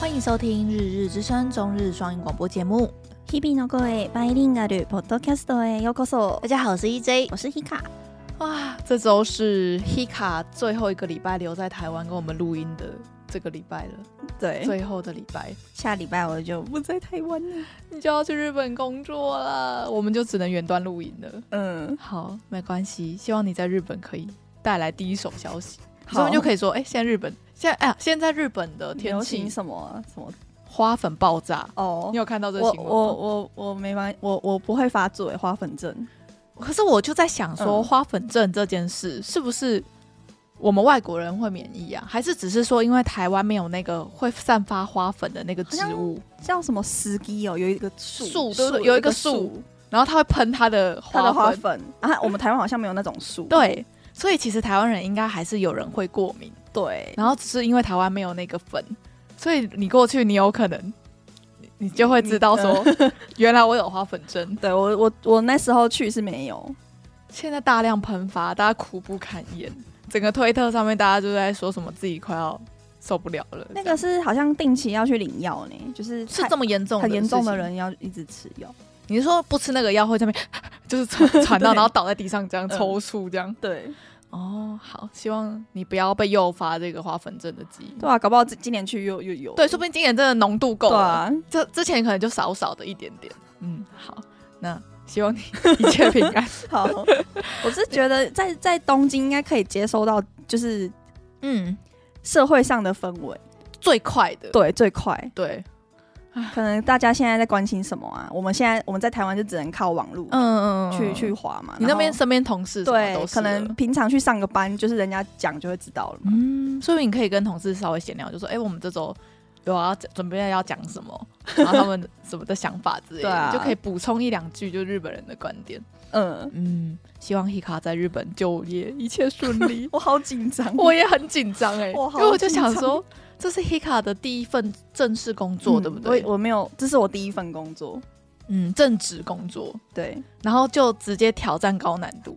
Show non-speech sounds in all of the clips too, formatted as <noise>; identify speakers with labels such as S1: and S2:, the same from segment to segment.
S1: 欢迎收听《日日之声》中日双语广播节目。
S2: 日々の声バイリンガルポッドキャストへようこそ
S1: 大。家好，我是 EJ
S2: 我。是 E Hika，
S1: 哇，这周是 Hika 最后一个礼拜留在台湾跟我们录音的这个礼拜了，
S2: 对，
S1: 最后的礼拜，
S2: 下礼拜我就不在台湾了。
S1: 你就要去日本工作了，我们就只能远端录音了。
S2: 嗯，
S1: 好，没关系，希望你在日本可以带来第一手消息，
S2: 好
S1: 所以就可以说，哎、现在日本，现在哎呀，现在日本的天
S2: 流行
S1: 气
S2: 什么啊什么？
S1: 花粉爆炸，
S2: 哦
S1: 你，有看到这
S2: 我
S1: 新闻吗？
S2: 我我我没完，我我不会发作诶，花粉症。
S1: 可是我就在想说，
S2: 嗯
S1: 花粉症这件事是不是我们外国人会免疫啊？还是只是说因为台湾没有那个会散发花粉的那个植物，
S2: 叫什么司机哦，有一个树
S1: 树对不对有一个树，然后它会喷它的花
S2: 它
S1: 粉？
S2: 的花粉啊，我们台湾好像没有那种树。
S1: 对，所以其实台湾人应该还是有人会过敏，
S2: 对，
S1: 然后只是因为台湾没有那个粉，所以你过去你有可能。你你就会知道
S2: 嗯呃
S1: 说，原来我有花粉症，
S2: 对我我我那时候去是没有。
S1: 现在大量喷发，大家苦不堪言。整个推特上面大家就在说什么自己快要受不了了。
S2: 那
S1: 这
S2: 个
S1: 样
S2: 是好像定期要去领药呢，就是
S1: 是
S2: 太
S1: 这么严重的
S2: 很严重的
S1: 事情，
S2: 人要一直吃药。
S1: 你是说不吃那个药会这边 <laughs> 就是传传到，
S2: 对
S1: 然后倒在地上这样
S2: 嗯
S1: 抽搐这样？
S2: 对，
S1: 哦，好，希望你不要被诱发这个花粉症的基因。
S2: 对啊，搞不好今年去又又有。
S1: 对，说不定今年真的浓度够
S2: 对
S1: 了，
S2: 啊，
S1: 这之前可能就少少的一点点。嗯，好，那希 <laughs> 望你一切平安。
S2: 好，我是觉得在在东京应该可以接收到，就是
S1: <laughs> 嗯，
S2: 社会上的氛围，
S1: 最快的，
S2: 对，最快。
S1: 对，
S2: 可能大家现在在关心什么啊？我们现在我们在台湾就只能靠网络、
S1: 嗯嗯，嗯
S2: 去去，滑嘛。
S1: 你那
S2: 然后
S1: 边身边同事什么
S2: 对
S1: 都，是
S2: 可
S1: 了
S2: 能平常去上个班，就是人家讲就会知道了嘛。
S1: 嗯，所以你可以跟同事稍微闲聊，就说：“哎、我们这周有要准备要讲
S2: <laughs>
S1: 什么，然后他们什么的想法之类的，
S2: 对啊
S1: 就可以补充一两句就日本人的观点。”
S2: 嗯，。
S1: 嗯，希望 Hika 在日本就业一切顺利
S2: 嗯 <laughs> 我好紧张，
S1: 我也很紧张哎，因
S2: 我好
S1: 为我就想
S2: 紧张
S1: 说，这是 Hika 的第一份正式工作，对不对
S2: 嗯？我我没有，这是我第一份工作。
S1: 嗯，正职工作，
S2: 对，
S1: 然后就直接挑战高难
S2: <laughs>
S1: 度，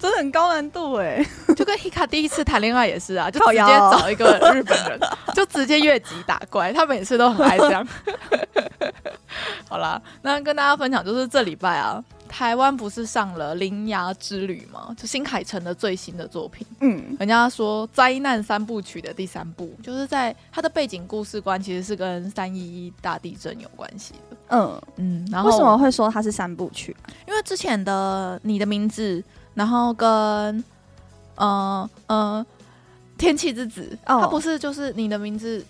S2: 真的很高难度哎、
S1: 就跟 Hika 第一次谈恋爱也是啊，就
S2: 靠
S1: 直接
S2: 腰哦
S1: 找一个日本人，就直接越级打怪，他每次都很爱这样。好啦，那跟大家分享就是这礼拜啊，台湾不是上了《铃芽之旅》吗？就新海诚的最新的作品，
S2: <laughs> 嗯，
S1: 人家说灾难三部曲的第三部，就是在它的背景故事观其实是跟三一一大地震有关系的。
S2: 嗯，
S1: 嗯，然后
S2: 为什么会说它是三部曲？
S1: 因为之前的你的名字，然后跟呃呃天气之子，
S2: 哦
S1: 它不是就是你的名字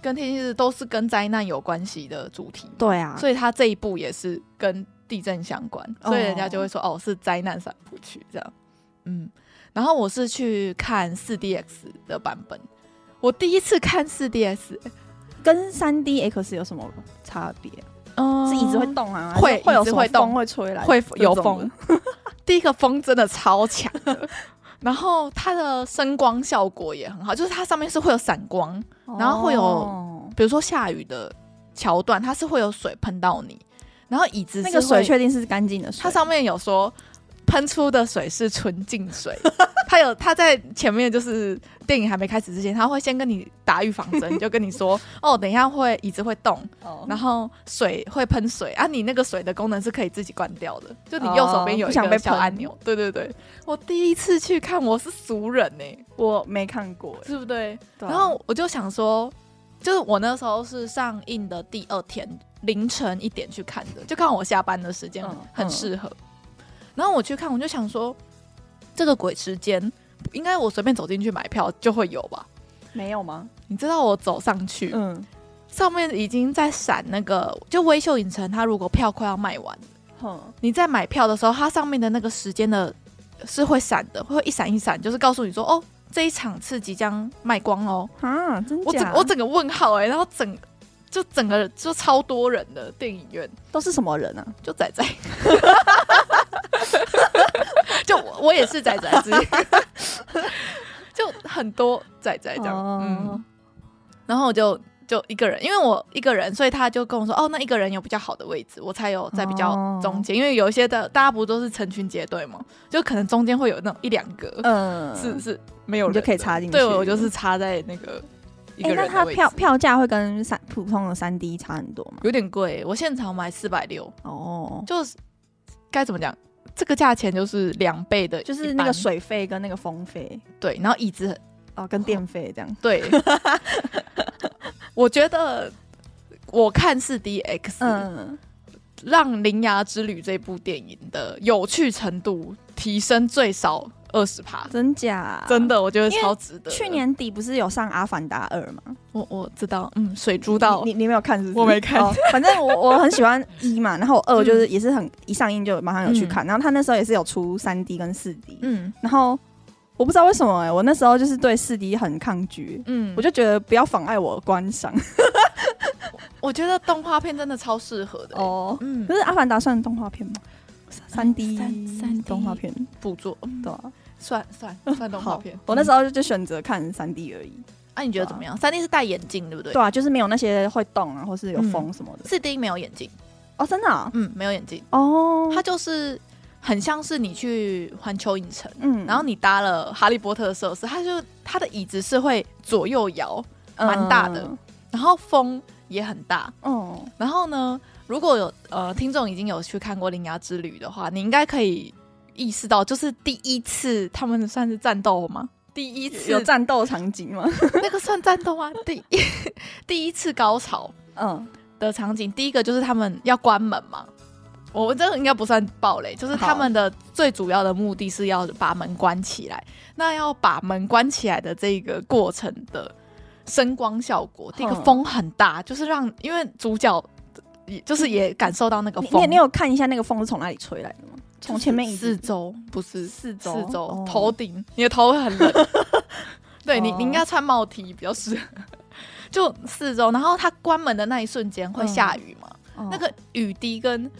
S1: 跟天气之子都是跟灾难有关系的主题，、
S2: 对啊，
S1: 所以它这一部也是跟地震相关，
S2: 哦
S1: 所以人家就会说哦是灾难三部曲这样，嗯，然后我是去看四 DX 的版本，我第一次看四欸 DX，
S2: 跟三 D X 有什么差别？
S1: 嗯、
S2: 是椅子会动啊，
S1: 会
S2: 还是会有
S1: 椅子
S2: 什
S1: 会
S2: 么
S1: 动
S2: 风会吹来，
S1: 会有
S2: 这种
S1: 风
S2: 的。
S1: <laughs> 第一个风真的超 <laughs> 强的，然后它的声光效果也很好，就是它上面是会有闪光，然后会有
S2: 哦
S1: 比如说下雨的桥段，它是会有水喷到你，然后椅子
S2: 那
S1: 是
S2: 个水
S1: 会
S2: 确定是干净的水，
S1: 它上面有说喷出的水是纯净
S2: <laughs>
S1: 水，它有它在前面就是电影还没开始之前，它会先跟你打预防
S2: <laughs>
S1: 针，就跟你说哦，等一下会椅子会动，
S2: 哦
S1: 然后水会喷水啊，你那个水的功能是可以自己关掉的，就你右手边有
S2: 哦
S1: 一
S2: 不想被
S1: 个
S2: 喷
S1: 小按钮。对对对，我第一次去看，我是俗人呢、
S2: 我没看过欸，
S1: 是不对？
S2: 对啊
S1: 然后我就想说，就是我那时候是上映的第二天凌晨一点去看的，就看我下班的时间
S2: 嗯
S1: 很适合。然后我去看，我就想说，这个鬼时间应该我随便走进去买票就会有吧？
S2: 没有吗？
S1: 你知道我走上去，
S2: 嗯，
S1: 上面已经在闪那个，就微秀影城，它如果票快要卖完，
S2: 哼，
S1: 你在买票的时候，它上面的那个时间的是会闪的，会一闪一闪，就是告诉你说，哦，这一场次即将卖光哦。
S2: 啊，真
S1: 我整
S2: 假？
S1: 我整个问号哎、然后整就整个就超多人的电影院，
S2: 都是什么人啊？
S1: 就仔仔， <laughs> 就我我也是仔仔之一， <laughs> 就很多仔仔这样，嗯。
S2: 哦，
S1: 然后我就就一个人，因为我一个人，所以他就跟我说，哦，那一个人有比较好的位置，我才有在比较
S2: 哦
S1: 中间，因为有一些的大家不都是成群结队嘛，就可能中间会有那种一两个、
S2: 嗯，
S1: 是是没有
S2: 你
S1: 人
S2: 就
S1: 的，
S2: 可以插进去
S1: 对，我就是插在那个一
S2: 哎、
S1: 个
S2: 那
S1: 人
S2: 它
S1: 的位置，
S2: 票票价会跟三普通的三 D 差很多吗？
S1: 有点贵。我现场买四百六，
S2: 哦，
S1: 就是该怎么讲，这个价钱就是两倍的一般，
S2: 就是那个水费跟那个风费
S1: 对，然后椅子很
S2: 哦，跟电费这样。
S1: 对， <laughs> 我觉得我看四 D X，、
S2: 嗯，
S1: 让《铃芽之旅》这部电影的有趣程度提升最少二十趴，
S2: 真假？
S1: 真。的，我觉得
S2: 啊因为
S1: 超值得。
S2: 去年底不是有上《阿凡达二》吗？
S1: 我我知道，嗯，水珠到
S2: 你你你没有看是不是？
S1: 我没看
S2: 哦反正我我很喜欢一嘛，然后二就是也是很一上映就马上有去看，然后他那时候也是有出三 D 跟四 D，、
S1: 嗯
S2: 然后我不知道为什么哎、我那时候就是对四 D 很抗拒，
S1: 嗯，
S2: 我
S1: 我就
S2: 就觉得不要妨碍我观赏
S1: 我觉得动画片真的超适合的、哦，
S2: 哦。<laughs>
S1: 嗯
S2: 可，是《阿凡达》算动画片吗？三 D
S1: 三三 D
S2: 动画片，
S1: 捕捉嗯
S2: 对啊。
S1: 算算算动画片
S2: 好。我那时
S1: 候，
S2: 候就就选择看三 D 而已。
S1: 那、啊你觉得怎么样？三 D 是戴眼镜对不对？
S2: 啊对啊，就是没有那些会动啊，或是有风什么的。
S1: 四 D 没有眼镜，
S2: 哦，真的啊
S1: 嗯嗯，没有眼镜，
S2: 哦，
S1: 它就是很像是你去环球影城。
S2: 嗯
S1: 然后你搭了哈利波特的设施，它就它的椅子是会左右摇，蛮大的然后风也很大。
S2: 嗯哦，
S1: 然后呢，如果有呃听众已经有去看过《铃芽之旅》的话，你应该可以意识到，就是第一次他们算是战斗吗？第一次
S2: 有战斗场景
S1: <laughs>
S2: 吗？
S1: 那个算战斗吗？第一 <laughs> 第一次高潮
S2: 嗯，
S1: 的场景，第一个就是他们要关门嘛。我们这个应该不算暴雷，就是他们的最主要的目的是要把门关起来。那要把门关起来的这个过程的声光效果，第一个
S2: 哼
S1: 风很大，就是让因为主角也就是也感受到那个
S2: 你
S1: 风
S2: 你，你有看一下那个风是从哪里吹来的吗？
S1: 就是
S2: 从前面一
S1: 四周不
S2: 四
S1: 是四
S2: 周
S1: 周、
S2: 哦
S1: 头顶，你的头会很冷。
S2: <laughs>
S1: 对你，
S2: 哦
S1: 你应该穿帽 T 比较适合。就四周，然后它关门的那一瞬间会下雨嘛？
S2: 哦
S1: 那个雨滴跟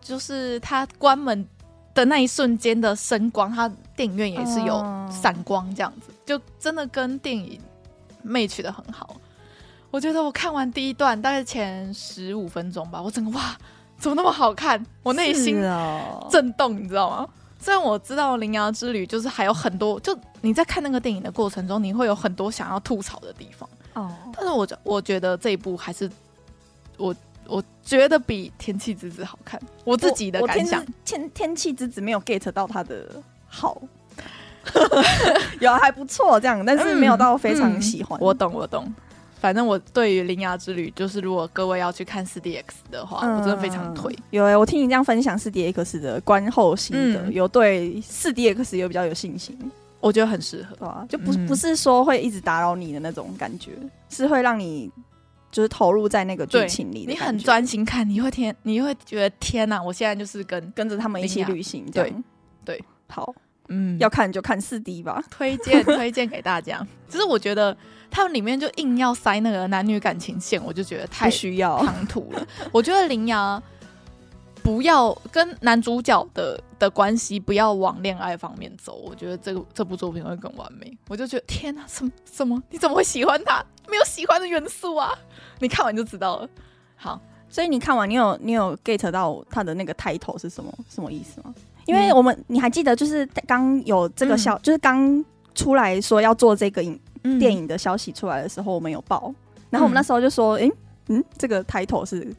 S1: 就是它关门的那一瞬间的声光，它电影院也是有
S2: 哦
S1: 闪光这样子，就真的跟电影 match 的很好。我觉得我看完第一段大概前十五分钟吧，我整个哇，怎么那么好看？我内心
S2: 是哦，
S1: 震动，你知道吗？虽然我知道《羚羊之旅》就是还有很多，就你在看那个电影的过程中，你会有很多想要吐槽的地方，
S2: 哦
S1: 但是我觉我觉得这一部还是我我觉得比《天气之子》好看，我自己的
S2: 我
S1: 感想
S2: 我。天天天气之子没有 get 到他的好， <laughs> 有啊还不错这样，但是没有到非常喜欢。
S1: 嗯我懂，我懂。反正我对于《羚羊之旅》，就是如果各位要去看四 D X 的话，我真的非常推。
S2: 嗯有哎、我听你这样分享四 D X 的观后心得，
S1: 嗯
S2: 有对四 D X 有比较有信心，
S1: 我觉得很适合。
S2: 对啊？就不、
S1: 嗯
S2: 不是说会一直打扰你的那种感觉，是会让你就是投入在那个剧
S1: 对
S2: 情里的
S1: 你
S2: 感觉
S1: 很专心看，你会天，你会觉得天哪、我现在就是跟
S2: 跟着他们一起旅行，这样
S1: 对对。
S2: 好，
S1: 嗯
S2: 要看就看四 D 吧。
S1: 推荐推荐给大家。 <laughs> 只是我觉得他们里面就硬要塞那个男女感情线，我就觉得太
S2: 不需要，
S1: <laughs> 唐突了。我觉得林芽不要跟男主角的的关系不要往恋爱方面走，我觉得这个这部作品会更完美。我就觉得天哪、什么什么？你怎么会喜欢他？没有喜欢的元素啊！你看完就知道了。好，
S2: 所以你看完，你有你有 get 到他的那个 title 是什么什么意思
S1: 嗯
S2: 吗？因为我们、你还记得，就是刚有这个消，就是刚出来说要做这个影
S1: 嗯
S2: 电影的消息出来的时候，我们有报，然后我们那时候就说，诶，嗯，这个 title 是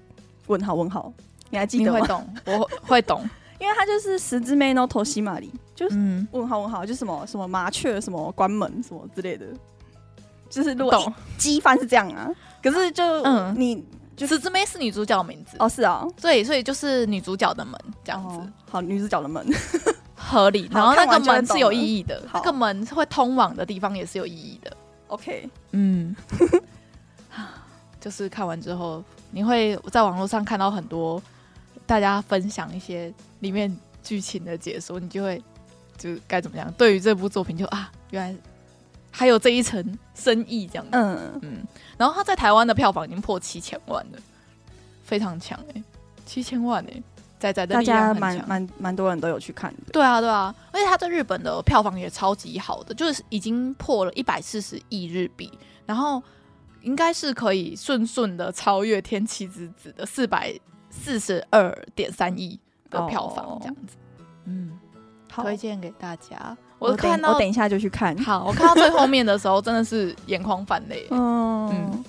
S2: 问号问号，你还记
S1: 你
S2: 得
S1: 会
S2: 吗？
S1: 懂，我会
S2: <laughs>
S1: 会懂。
S2: 因为他就是十之妹 no 头西马里，就是
S1: 嗯，
S2: 问号问号，就什么什么麻雀什么关门什么之类的，就是如
S1: 懂
S2: 果。机翻是这样啊，可是就
S1: 嗯
S2: 嗯你就
S1: 十之妹是女主角的名字，
S2: 哦是啊，
S1: 对，所以就是女主角的门这
S2: 这
S1: 样子。
S2: 好女主角的
S1: <laughs>
S2: 门，
S1: 合理，
S2: 好
S1: 然后那
S2: 看完
S1: 个
S2: 就会
S1: 门是
S2: 懂
S1: 有
S2: 了
S1: 意义的，那
S2: 好
S1: 个门会通往的地方也是有意义的。
S2: OK，
S1: 嗯， <laughs> 就是看完之后，你会在网络上看到很多大家分享一些里面剧情的解说，你就会就该怎么样？对于这部作品就啊，原来还有这一层深意这样子。
S2: 嗯，
S1: 嗯，然后它在台湾的票房已经破七千万了，非常强哎、欸，七千万哎、欸，仔仔的
S2: 大
S1: 力量
S2: 家
S1: 很强
S2: 蛮蛮蛮多人都有去看的，
S1: 对啊，对啊，而且它在日本的票房也超级好的，就是已经破了一百四十亿日币，然后应该是可以顺顺的超越《天气之子》的四百四十二点三亿的票房
S2: 哦
S1: 这样子。嗯，
S2: 好
S1: 推荐给大家。我
S2: 等
S1: 看到
S2: 我等一下就去看。
S1: 好，我看到最后面的时候，真的是眼眶泛泪。
S2: 嗯
S1: 嗯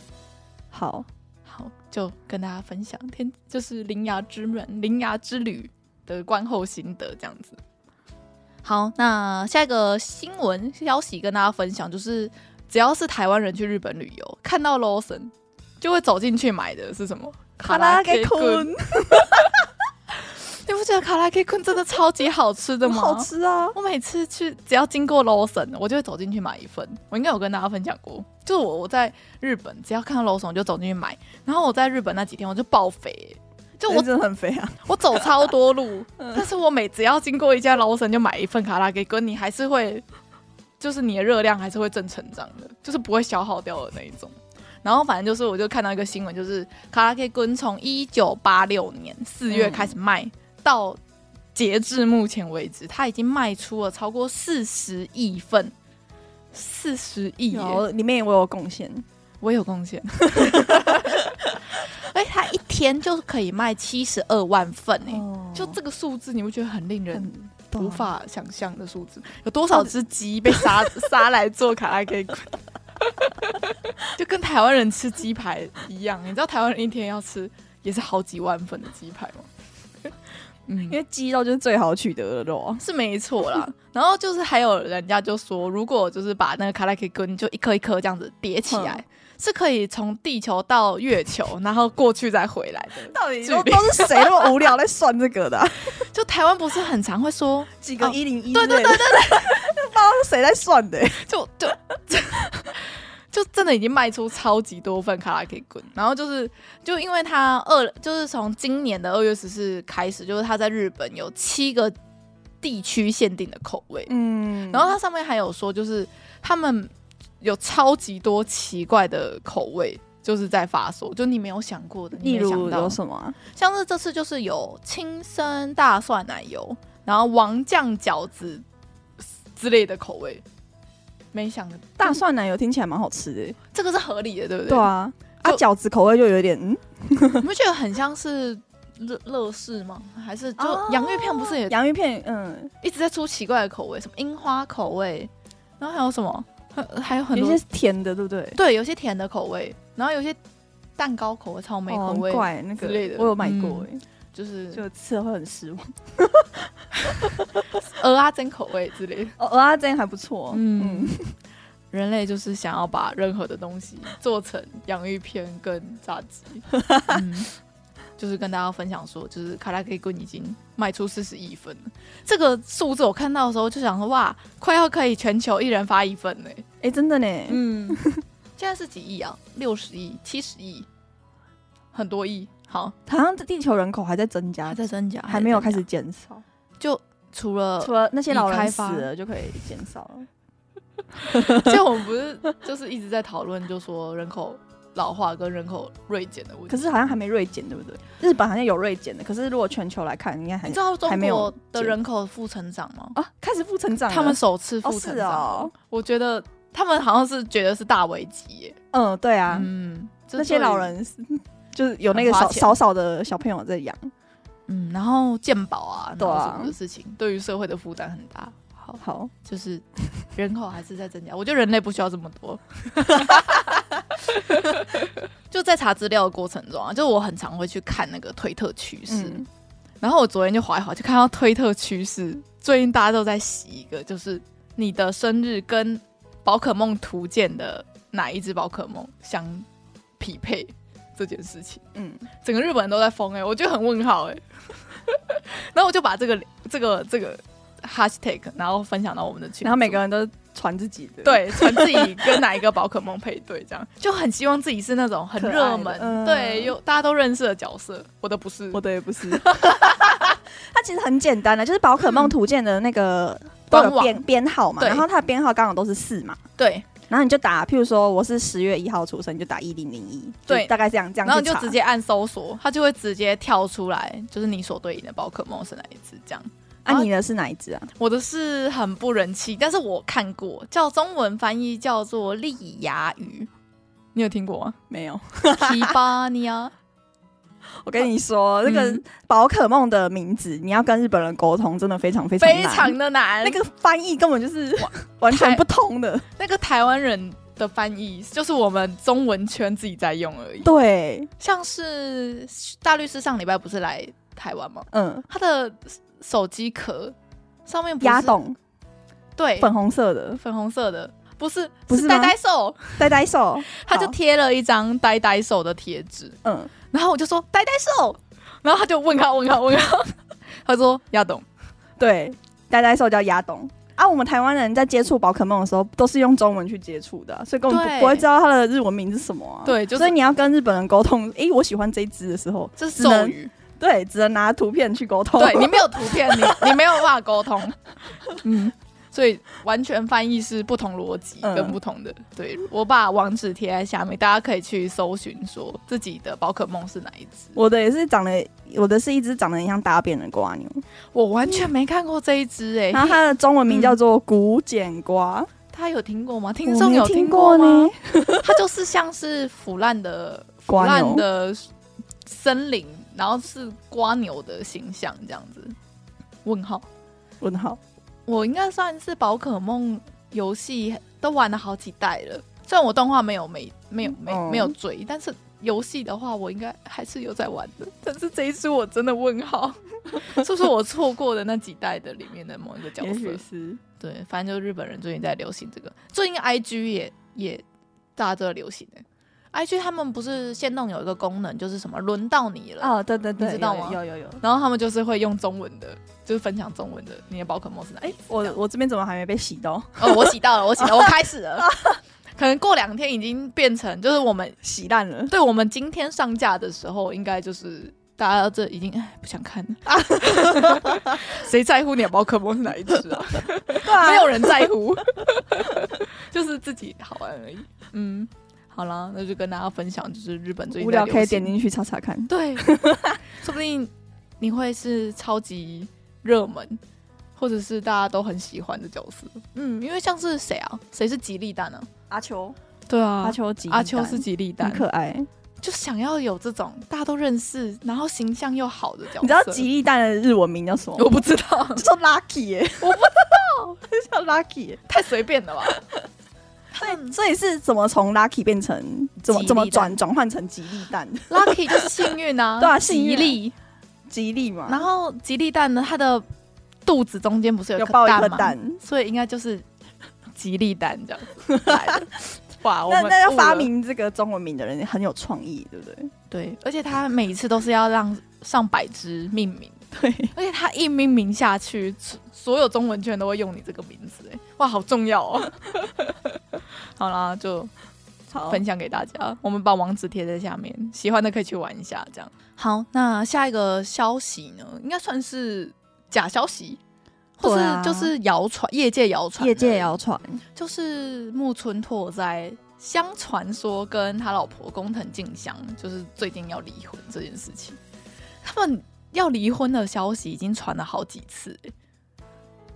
S2: 好，
S1: 好，就跟大家分享天就是铃芽之门、铃芽之旅的观后心得这样子。好，那下一个新闻消息跟大家分享，就是只要是台湾人去日本旅游，看到 Lawson 就会走进去买的是什么？
S2: 卡拉给
S1: K
S2: 坤，
S1: 你不觉得卡拉 K 坤真的超级好吃的
S2: 很
S1: 吗？
S2: 好吃啊！
S1: 我每次去只要经过 Lawson，我就会走进去买一份。我应该有跟大家分享过，就是我我在日本只要看到 Lawson 我就走进去买。然后我在日本那几天我就爆肥、就
S2: 人
S1: 我
S2: 真的很肥啊。
S1: 我走超多路，但是我每只要经过一家 Lawson 就买一份卡拉给哥，你还是会，就是你的热量还是会正成长的，就是不会消耗掉的那一种。然后反正就是，我就看到一个新闻，就是卡拉 K 根从一九八六年四月开始卖，到截至目前为止，它已经卖出了超过四十亿份，四十亿耶，
S2: 然后里面 <laughs> 我有贡献，
S1: 我也有贡献。 <laughs> 而且它一天就可以卖七十二万份哎、
S2: 哦
S1: 就这个数字，你不觉得很令人
S2: 很
S1: 无法想象的数字？有多少只鸡被杀 <laughs> 杀来做卡拉 K 滚？ <laughs> 就跟台湾人吃鸡排一样，你知道台湾人一天要吃也是好几万份的鸡排吗？嗯
S2: 因，为鸡肉就是最好取得的肉啊。
S1: 是没错啦。然后就是还有人家就说，如果就是把那个卡拉 K 根就一颗一颗这样子叠起来
S2: 嗯，
S1: 是可以从地球到月球，然后过去再回来的。
S2: <laughs> 到底
S1: 都
S2: 都都是谁那么无聊在算这个的、啊
S1: 就台湾不是很常会说，
S2: <laughs> 几
S1: 个
S2: 个一零一？
S1: 对对对
S2: 对， <laughs> 不知道是谁在算的、
S1: <laughs> 就就就真的已经卖出超级多份卡拉 K 滚，然后就是就因为他二就是从今年的二月十四开始，就是他在日本有七个地区限定的口味，
S2: 嗯
S1: 然后它上面还有说，就是他们有超级多奇怪的口味，就是在发售，就你没有想过的，你
S2: 例
S1: 没
S2: 如
S1: 想到
S2: 有，什么、啊？
S1: 像是这次就是有青森大蒜奶油，然后王酱饺子之类的口味，没想到
S2: 大蒜奶油听起来蛮好吃的、
S1: 这个是合理的，对不对？
S2: 对，啊，啊
S1: 就
S2: 饺子口味就有点嗯，
S1: 你们觉得很像是乐乐事吗？还是就
S2: 哦
S1: 洋芋片不是也
S2: 洋芋片嗯，
S1: 一直在出奇怪的口味，什么樱花口味，然后还有什么，还还有很
S2: 有
S1: 多
S2: 一些是甜的，对不对？
S1: 对，有些甜的口味，然后有些蛋糕口味、草莓口
S2: 哦
S1: 味，
S2: 怪那个
S1: 之类的
S2: 我有买过、哎
S1: 嗯就是
S2: 就吃了会很失望。
S1: 鹅啊珍口味之类的。
S2: 哦，蚵仔煎还不错，
S1: 嗯， <laughs> 人类就是想要把任何的东西做成洋芋片跟炸
S2: <laughs>
S1: 鸡，嗯就是跟大家分享说，就是卡拉 K 棍已经卖出四十亿份了。这个数字我看到的时候就想说，哇，快要可以全球一人发一份嘞、
S2: 哎、真的呢，
S1: 嗯，现在是几亿啊？六十亿、七十亿，很多亿。好，
S2: 好像地球人口还在增加
S1: 还，在增加，
S2: 啊还没有开
S1: 始。
S2: 始减少。
S1: 就除了
S2: 除，了那些老
S1: 已开
S2: 人死
S1: 发
S2: 了就可以减少了。
S1: <laughs> 就我们不是就是一直在讨论，就说人口老化跟人口锐减的问题。
S2: 可是好像还没锐减，对不对？日本好像有锐减的，可是如果全球来看，应该还
S1: 你知道
S2: 哎
S1: 中
S2: 还没
S1: 国
S2: 有
S1: 的
S2: 减
S1: 人口负成长吗？
S2: 啊，开始负成长了。
S1: 他们首次
S2: 哦
S1: 负成
S2: 是
S1: 长，
S2: 哦，
S1: 我觉得他们好像是觉得是大危机耶。
S2: 嗯，对啊，
S1: 嗯，这
S2: 那些
S1: 对于
S2: 老，人是 <laughs> 就是有那个
S1: 很花
S2: 少
S1: 钱
S2: 少少的小朋友在养。
S1: 嗯，然后健保啊，然
S2: 对
S1: 后
S2: 啊
S1: 什么的事情，对于社会的负担很大。好，
S2: 好，
S1: 就是人口还是在增加。我觉得人类不需要这么多。 <laughs> 就在查资料的过程中啊，就我很常会去看那个推特趋势，
S2: 嗯，
S1: 然后我昨天就划一划，就看到推特趋势，最近大家都在洗一个，就是你的生日跟宝可梦图鉴的哪一只宝可梦相匹配这件事情。
S2: 嗯，
S1: 整个日本人都在疯哎、我就很问号哎、 <laughs> 然后我就把这个这个这个 hashtag，然后分享到我们的群组，
S2: 然后每个人都传自己的，，
S1: 对传自己跟哪一个宝可梦配对，这样 <laughs> 就很希望自己是那种很
S2: 可爱的
S1: 热门，
S2: 嗯
S1: 对，又大家都认识的角色。我的不是，
S2: 我的也不
S1: <laughs>
S2: 是。它其实很简单的，啊就是宝可梦图鉴的那个都
S1: 嗯官
S2: 有
S1: 网
S2: 编编号嘛，
S1: 对
S2: 然后它的编号刚好都是四嘛，
S1: 对，
S2: 然后你就打，譬如说我是十月一号出生，你就打一零零一，就
S1: 对
S2: 大概这样这样去查，
S1: 然后你就直接按搜索，它就会直接跳出来，就是你所对应的宝可梦是哪一只这样。然
S2: 啊，
S1: 后
S2: 你的是哪一只
S1: <laughs>
S2: 啊？
S1: 我的是很不人气，但是我看过，叫中文翻译叫做利牙鱼，你有听过吗？
S2: 没有，
S1: <laughs> 提巴尼亚，
S2: 我跟你说，那个
S1: 嗯
S2: 宝可梦的名字，你要跟日本人沟通，真的非常非常
S1: 非
S2: 难
S1: 常的难。
S2: 那个翻译根本就是 <laughs> 完全不通的。
S1: 那个台湾人的翻译，就是我们中文圈自己在用而已。
S2: 对，
S1: 像是大律师上礼拜不是来台湾吗？
S2: 嗯，
S1: 他的手机壳上面不是哎
S2: 牙董
S1: 对
S2: 粉红色的
S1: 粉红色的，不是
S2: 不是
S1: 是
S2: 吗
S1: 呆呆兽，
S2: 呆呆
S1: <laughs>
S2: 兽，
S1: 他就
S2: 好
S1: 贴了一张呆呆兽的贴纸，
S2: 嗯，
S1: 然后我就说呆呆兽，然后他就问号问号问号，他说亚董，
S2: 对，呆呆兽叫牙董。啊，我们台湾人在接触宝可梦的时候，都是用中文去接触的啊、所以根本不
S1: 对
S2: 不会知道它的日文名是什么啊。
S1: 对就是
S2: 所以你要跟日本人沟通，诶、我喜欢这一只的时候，
S1: 这是
S2: 只能
S1: 咒语，
S2: 对，只能拿图片去沟通。
S1: 对你没有图
S2: <laughs>
S1: 片，你你没有办法沟通，嗯，所以完全翻译是不同逻辑
S2: 嗯
S1: 跟不同的。对我把网址贴在下面，大家可以去搜寻说自己的宝可梦是哪一只。
S2: 我的也是长得，我的是一只长得很像大便的瓜牛，
S1: 我完全没看过这一只哎、
S2: 嗯然后它的中文名叫做古碱瓜，
S1: 他有听过吗？听
S2: 我
S1: 众
S2: 没
S1: 有
S2: 听
S1: 过吗
S2: 呢？？
S1: 它就是像是腐烂的腐
S2: 瓜牛
S1: 烂的森林，然后是瓜牛的形象这样子。问号，
S2: 问号，
S1: 我应该算是宝可梦游戏都玩了好几代了，虽然我动画没有没没有没
S2: 嗯
S1: 没有追，但是游戏的话我应该还是有在玩的。但是这一只我真的问号， <laughs> 是不是我错过的那几代的里面的某一个角
S2: 也
S1: 色
S2: 许？是
S1: 对，反正就日本人最近在流行这个，最近 IG 也也大家都在流行的、IG 他们不是限动有一个功能，就是什么轮到你了，
S2: 哦，对对对，
S1: 你知道
S2: 有
S1: 吗
S2: 有有有，
S1: 然后他们就是会用中文的，就是分享中文的你的宝可梦是哪一只？
S2: 我
S1: 这样
S2: 我这边怎么还没被洗到？
S1: 哦，我洗到了，我洗到，我开始了。可能过两天已经变成，就是我们
S2: 洗烂了，
S1: 对我们今天上架的时候，应该就是大家这已经哎不想看了。 <laughs> 谁在乎你的宝可梦是哪一只啊？
S2: <laughs> 对啊
S1: 没有人在乎， <laughs> 就是自己好玩而已。嗯，好啦，那就跟大家分享，就是日本最近
S2: 无聊可
S1: 在流
S2: 以
S1: 行 <laughs>
S2: 点进去查查看。
S1: 对，说不定你会是超级热门，或者是大家都很喜欢的角色。嗯，因为像是谁啊？谁是吉利蛋啊？
S2: 阿秋，
S1: 对啊
S2: 阿秋吉，
S1: 阿秋是吉利蛋
S2: 很，可爱。你
S1: 就想要有这种大家都认识，然后形象又好的角色。
S2: 知道吉利蛋的日文名叫什么吗？
S1: <laughs> 我不知道，
S2: 就 <laughs> 叫 Lucky 耶，
S1: <laughs> 我不
S2: 知 <laughs> 道，叫 Lucky 耶。
S1: 太随便 <laughs> 了吧？嗯
S2: 所以是怎么从 Lucky 变成怎么
S1: 吉利蛋
S2: 怎么转转换成吉利蛋？ <laughs>
S1: Lucky 就是幸运 <laughs> 啊，
S2: 对啊幸运
S1: 吉
S2: 啊
S1: 利。
S2: 吉利嘛，
S1: 然后吉利蛋呢，它的肚子中间不是有
S2: 有
S1: 一
S2: 爆
S1: 颗
S2: 一颗
S1: 蛋吗？
S2: 蛋，
S1: 所以应该就是吉利蛋这样子来
S2: <laughs>
S1: 的。哇，我
S2: 那
S1: 们
S2: 那要
S1: 悟
S2: 发
S1: 了
S2: 明这个中文名的人很有创意，对不对？
S1: 对，而且它每一次都是要让上百只命
S2: <laughs>
S1: 名，
S2: 对，
S1: 而且它一命名下去，所所有中文圈都会用你这个名字，哎，哇，好重要哦。 <laughs> 好啦，就
S2: 好
S1: 分享给大家，我们把网址贴在下面，喜欢的可以去玩一下。这样好，那下一个消息呢，应该算是假消息，或
S2: 对
S1: 是
S2: 啊
S1: 就是谣传，业界谣传，
S2: 业界谣传，
S1: 就是木村拓哉相传说跟他老婆工藤静香就是最近要离婚这件事情，他们要离婚的消息已经传了好几次、欸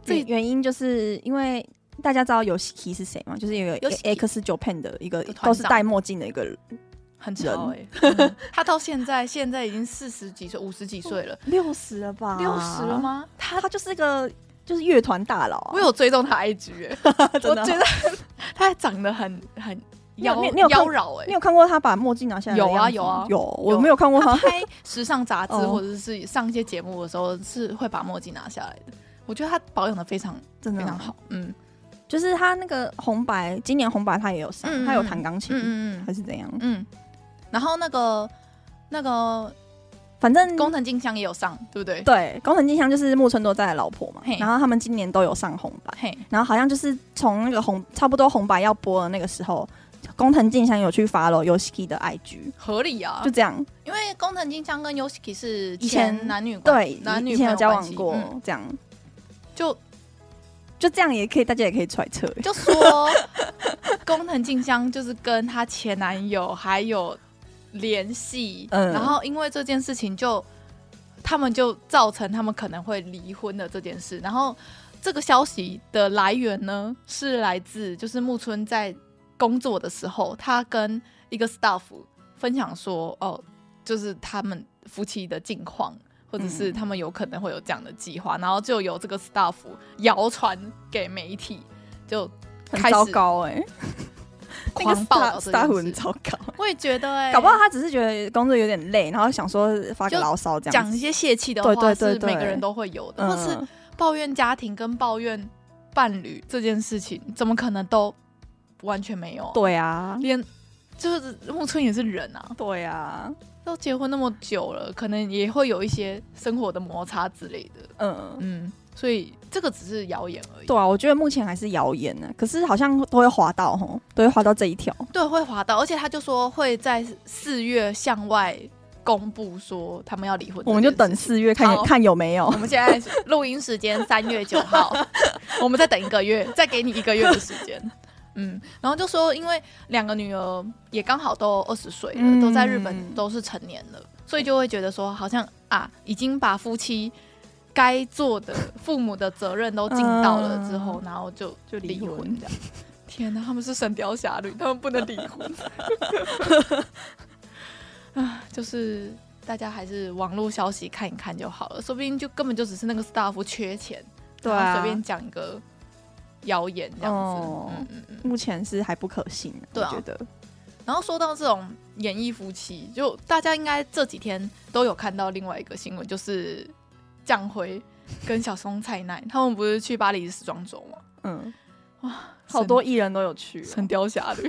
S2: 这
S1: 这
S2: 原因就是因为大家知道有 k 是谁吗？就是有一个
S1: Yoshiki
S2: X Japan 的一个
S1: 一个团长
S2: 都是戴墨镜的一个人，
S1: 很潮哎、欸嗯 <laughs> 他到现在现在已经四十几岁、五十几岁 <laughs> 了，
S2: 六十了吧
S1: 六十了？吗？
S2: 他他就是个就是乐团大佬啊、
S1: 我有追踪他 IG，、欸、
S2: <laughs> 真
S1: 我
S2: 的啊
S1: 觉得 <laughs> 他长得很很
S2: 你有
S1: 妖
S2: 你有你有看
S1: 妖娆哎、
S2: 你有看过他把墨镜拿下来的
S1: 有啊
S2: 样子吗
S1: 有啊
S2: 有，我没有看过
S1: 他
S2: 他。
S1: 拍时尚杂志
S2: 哦
S1: 或者是上一些节目的时候是会把墨镜拿下来的，我觉得他保养的非常
S2: 真
S1: 非
S2: 的
S1: 常
S2: 啊，
S1: 好，嗯
S2: 就是他那个红白，今年红白他也有上，
S1: 嗯嗯
S2: 他有弹钢琴、
S1: 嗯嗯
S2: 还是怎样？
S1: 嗯，然后那个那个
S2: 反正
S1: 工藤静香也有上，对不嗯对？
S2: 对工藤静香就是木村拓哉的老婆嘛
S1: 嘿，
S2: 然后他们今年都有上红白，
S1: 嘿，
S2: 然后好像就是从那个红差不多红白要播的那个时候，工藤静香有去 follow Yoshiki 的 IG，
S1: 合理啊
S2: 就，这样，
S1: 因为工藤静香跟 Yoshiki 是
S2: 以前
S1: 前男女关
S2: 对，
S1: 男女
S2: 以前有
S1: 朋友
S2: 交
S1: 关
S2: 往
S1: 系
S2: 过，
S1: 嗯
S2: 这样
S1: 就
S2: 就这样也可以，大家也可以揣测，
S1: 就说工藤静香就是跟她前男友还有联系，
S2: 嗯
S1: 然后因为这件事情就他们就造成他们可能会离婚的这件事，然后这个消息的来源呢是来自就是木村在工作的时候，他跟一个 staff 分享说，哦，就是他们夫妻的近况，或者是他们有可能会有这样的计划，然后就由这个 staff 谣传给媒体，就
S2: 很
S1: 开始
S2: 糟糕哎、欸，那个
S1: 狂暴
S2: 大大很糟糕，
S1: 我也觉得、欸，
S2: 搞不好他只是觉得工作有点累，然后想说发个
S1: 就
S2: 牢骚这样
S1: 讲
S2: 子。
S1: 一些泄气的
S2: 对
S1: 话
S2: 对对
S1: 是每个
S2: 对
S1: 人都会有的，
S2: 嗯
S1: 或是抱怨家庭跟抱怨伴侣这件事情，怎么可能都完全没有？，
S2: 对啊，
S1: 连就是木村也是人啊，
S2: 对啊，
S1: 都结婚那么久了，可能也会有一些生活的摩擦之类的。
S2: 嗯，
S1: 嗯，所以这个只是谣言而已。
S2: 对啊，我觉得目前还是谣言呢、可是好像都会滑到吼，都会滑到这一条。
S1: 对，会滑到，而且他就说会在四月向外公布说他们要离婚，
S2: 我们就等。四月看
S1: 好
S2: 看有没有
S1: 我。们现在录音时间三月九号，我们再等一个月，再给你一个月的时间。嗯，然后就说，因为两个女儿也刚好都二十岁了，
S2: 嗯
S1: 都在日本都是成年了，所以就会觉得说，好像啊，已经把夫妻该做的父母的责任都尽到了之后，然后就
S2: 就离
S1: 离
S2: 婚
S1: 婚这样。天哪，他们是神雕侠侣，他们不能离婚。 <laughs> 啊，就是大家还是网络消息看一看就好了，说不定就根本就只是那个 staff 缺钱，
S2: 对
S1: 然
S2: 啊
S1: 后随便讲一个谣言这样子。
S2: 哦
S1: 嗯嗯嗯。
S2: 目前是还不可信、啊，
S1: 对啊
S2: 我觉得。
S1: 然后说到这种演艺夫妻，就大家应该这几天都有看到另外一个新闻，就是江辉跟小松菜奈他们不是去巴黎时装周吗？
S2: 嗯，
S1: 哇，
S2: 好多艺人都有去
S1: 《
S2: 哦、
S1: 神雕侠侣》。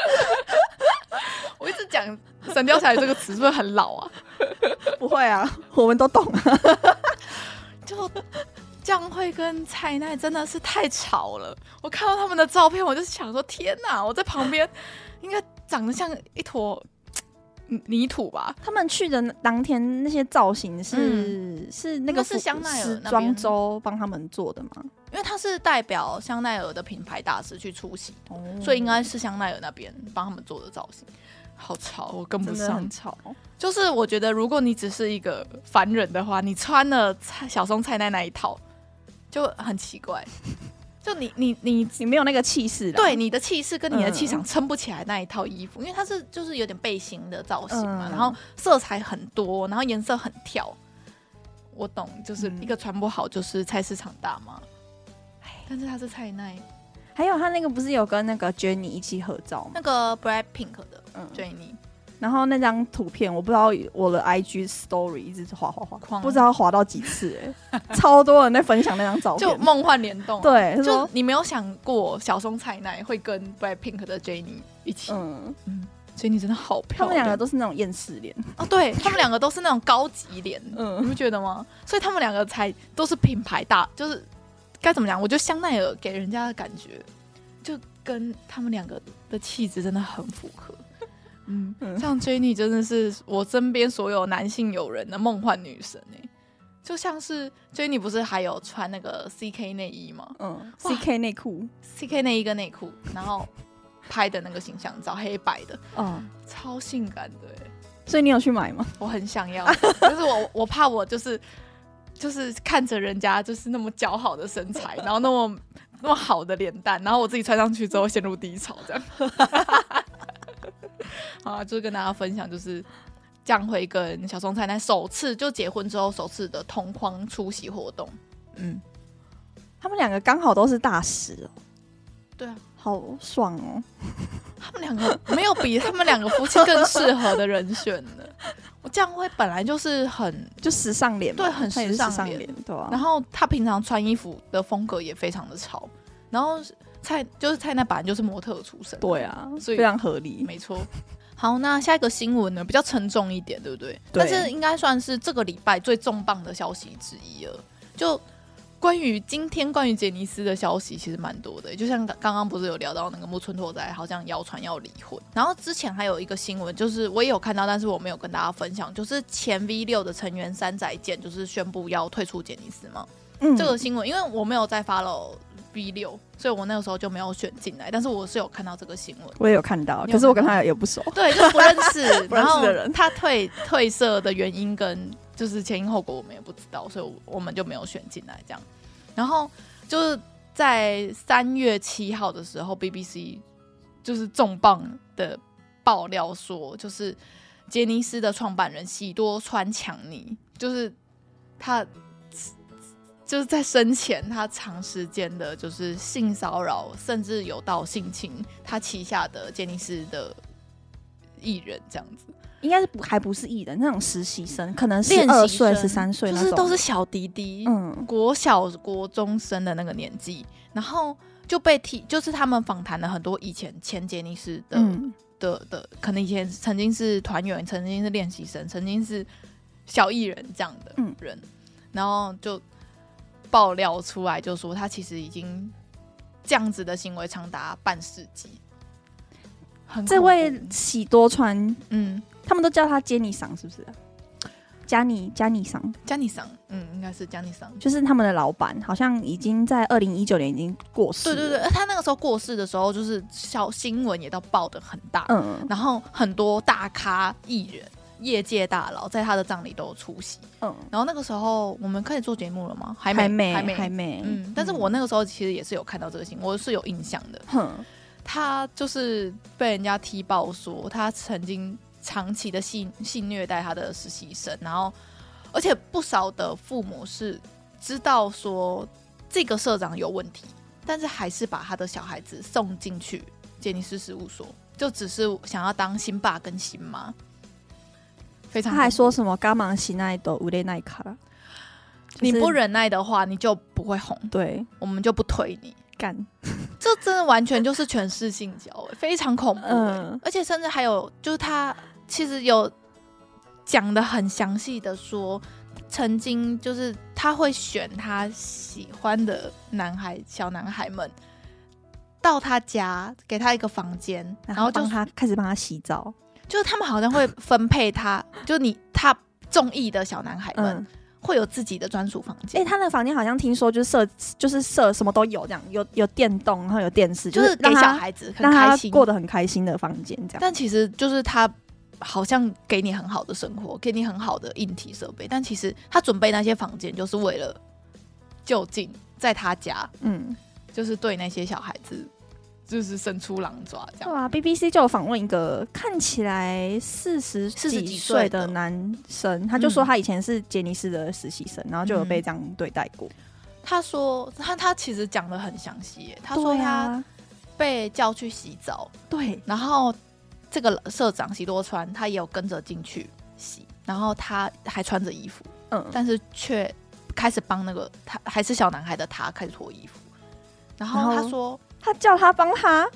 S1: <laughs> 我一直 <laughs> 讲《神雕侠侣》这个词是不是很老啊？
S2: 不会啊， <laughs> 我们都懂啊。
S1: 就江蕙跟蔡奈真的是太吵了。我看到他们的照片，我就想说：天哪！我在旁边应该长得像一坨嘖泥土吧？
S2: 他们去的那当天那些造型是、是嗯那
S1: 应
S2: 个
S1: 该是
S2: 服
S1: 香奈儿
S2: 时
S1: 那
S2: 装
S1: 边
S2: 周帮他们做的吗？
S1: 因为他是代表香奈儿的品牌大使去出席，
S2: 哦
S1: 所以应该是香奈儿那边帮他们做的造型。好吵，我跟不
S2: 真的
S1: 上
S2: 很。吵。
S1: 就是我觉得，如果你只是一个凡人的话，你穿了蔡小松菜奈那一套就很奇怪。 <laughs> 就你你
S2: <laughs>
S1: 你
S2: 你没有那个气势啦，
S1: 对你的气势跟你的气
S2: 嗯
S1: 场撑不起来那一套衣服，因为它是就是有点背心的造型嘛，
S2: 嗯
S1: 然后色彩很多，然后颜色很跳。我懂，就是
S2: 嗯
S1: 一个穿不好就是菜市场大妈，但是她是菜奈
S2: 还有他那个不是有跟那个 Jenny 一起合照吗？
S1: 那个 Brad Pink 的
S2: 嗯，。
S1: Jenny，
S2: 然后那张图片，我不知道我的 IG Story 一直滑滑滑，
S1: 狂
S2: 不知道滑到几次、哎， <laughs> 超多人在分享那张照片
S1: 就。梦幻联动、啊，，
S2: 对，他
S1: 就
S2: 说
S1: 你没有想过小松菜奈会跟 Brad Pink 的 Jenny 一起，
S2: 嗯，
S1: Jenny 真的好
S2: 他
S1: 漂亮，
S2: 们两个都是那种厌世脸，
S1: 哦，对他们两个都是那种高级
S2: <laughs>
S1: 脸，你
S2: 嗯，
S1: 不觉得吗？所以他们两个才都是品牌大，就是该怎么讲？我觉得香奈儿给人家的感觉，就跟他们两个的气质真的很符
S2: <laughs>
S1: 合。嗯，
S2: 嗯
S1: 像 Jenny 真的是我身边所有男性友人的梦幻女神哎、就像是 Jenny 不是还有穿那个 CK 内衣吗
S2: 嗯
S1: 哇
S2: ，CK 内裤，
S1: ？CK 内衣跟内裤，然后拍的那个形象照，黑白的，
S2: 嗯，
S1: 超性感的哎、
S2: 所以你有去买吗？
S1: 我很想要，但是我我怕我就是就是看着人家就是那么姣好的身材，然后那么那么好的脸蛋，然后我自己穿上去之后陷入低潮这样。好啊，就是跟大家分享，就是江辉跟小松菜奈首次就结婚之后首次的同框出席活动。嗯，
S2: 他们两个刚好都是大使哦，
S1: 对啊，
S2: 好爽哦！
S1: 他们两个没有比他们两个夫妻更适合的人选了。 <laughs> 我江辉本来就是很
S2: 就时尚脸嘛，
S1: 对很
S2: 他也是
S1: 时尚
S2: 时尚
S1: 脸
S2: 脸，对啊。
S1: 然后她平常穿衣服的风格也非常的潮，然后蔡就是蔡奈本来就是模特儿出身，
S2: 对，啊，
S1: 所以
S2: 非常合理。<laughs>
S1: 没错。好，那下一个新闻呢，比较沉重一点，对不对？
S2: 对
S1: 但是应该算是这个礼拜最重磅的消息之一了。就关于今天关于杰尼斯的消息，其实蛮多的。就像刚刚刚不是有聊到那个木村拓哉好像谣传要离婚，然后之前还有一个新闻，就是我也有看到，但是我没有跟大家分享，就是前 V 六的成员山宅健就是宣布要退出杰尼斯嘛。
S2: 嗯
S1: 这个新闻，因为我没有在 follow B 六，所以我那个时候就没有选进来，但是我是有看到这个新闻。
S2: 我也有看到，
S1: 你有
S2: 可是我跟他也不熟。
S1: 对，就不认
S2: <laughs>
S1: 识，
S2: 不认
S1: 然
S2: 识
S1: 后
S2: 的人
S1: 他退退社的原因跟就是前因后果我们也不知道，所以我我们就没有选进来这样。然后就是在三月七号的时候，BBC 就是重磅的爆料说，就是杰尼斯的创办人喜多川强尼，就是他就是在生前他长时间的就是性骚扰，甚至有到性侵他旗下的杰尼斯的艺人这样子，
S2: 应该是不还不是艺人，那种实习生，可能是
S1: 练习
S2: 二岁、
S1: 生
S2: 十三岁
S1: 就
S2: 那
S1: 是
S2: 种
S1: 都是小弟弟，
S2: 嗯
S1: 国小国中生的那个年纪，然后就被提，就是他们访谈了很多以前前杰尼斯的、
S2: 嗯，
S1: 的的，可能以前曾经是团员，曾经是练习生，曾经是小艺人这样的
S2: 嗯
S1: 人，然后就爆料出来，就说他其实已经这样子的行为长达半世纪。很
S2: 这
S1: 恐
S2: 位
S1: 怖
S2: 喜多川，
S1: 嗯，
S2: 他们都叫他杰尼桑，是不是、啊？加尼加尼桑
S1: 加尼桑，嗯，应该是加尼桑。
S2: 就是他们的老板，好像已经在二零一九年已经过世。
S1: 对对对，，呃他那个时候过世的时候，就是小新闻也都报的很大，
S2: 嗯
S1: 然后很多大咖艺人、业界大佬在他的葬礼都有出席。
S2: 嗯，
S1: 然后那个时候我们开始做节目了吗？还没，
S2: 还没
S1: 还
S2: 还
S1: 没。
S2: 没，
S1: 嗯，但是我那个时候其实也是有看到这个新闻，我是有印象的。
S2: 哼，
S1: 他就是被人家踢爆说，他曾经长期的性性虐待他的实习生，然后而且不少的父母是知道说这个社长有问题，但是还是把他的小孩子送进去杰尼斯事务所，就只是想要当新爸跟新妈。非
S2: 他
S1: 常，
S2: 还说什么“伽马西奈的乌雷奈卡”，
S1: 你
S2: 啊就是
S1: 不忍耐的话，你就不会红，
S2: 对
S1: 我们就不推你。
S2: 干，
S1: 这真的完全就是全是性交、欸，非常恐怖、欸
S2: 嗯
S1: 而且甚至还有，就是他其实有讲的很详细的说，曾经就是他会选他喜欢的男孩小男孩们到他家，给他一个房间，
S2: 然
S1: 然后
S2: 后
S1: 就
S2: 帮他开始帮他洗澡，
S1: 就是他们好像会分配他，就你他中意的小男孩们、
S2: 嗯，
S1: 会有自己的专属房间。
S2: 哎、他那个房间好像听说就是设就是设什么都有，这样有有电动，然后有电视，
S1: 就是给
S2: 让
S1: 小
S2: 他
S1: 孩子很
S2: 让
S1: 开
S2: 他
S1: 心，啊
S2: 过得很开心的房间，这样。
S1: 但其实就是他好像给你很好的生活，给你很好的硬体设备，但其实他准备那些房间就是为了就近在他家，
S2: 嗯，
S1: 就是对那些小孩子就是伸出狼爪这
S2: 对
S1: 样。
S2: 啊，BBC 就有访问一个看起来四十
S1: 40几
S2: 岁
S1: 岁
S2: 的
S1: 的
S2: 男生，他就说
S1: 嗯
S2: 他以前是杰尼斯的实习生，然后就有被
S1: 嗯
S2: 这样对待过。
S1: 他说他他其实讲的很详细耶，他说
S2: 对
S1: 他
S2: 啊，
S1: 被叫去洗澡，
S2: 对，
S1: 然后这个社长喜多川他也有跟着进去洗，然后他还穿着衣服。
S2: 嗯，
S1: 但是却开始帮那个他还是小男孩的他开始脱衣服，
S2: 然
S1: 然后
S2: 后
S1: 他说
S2: 他叫他帮他，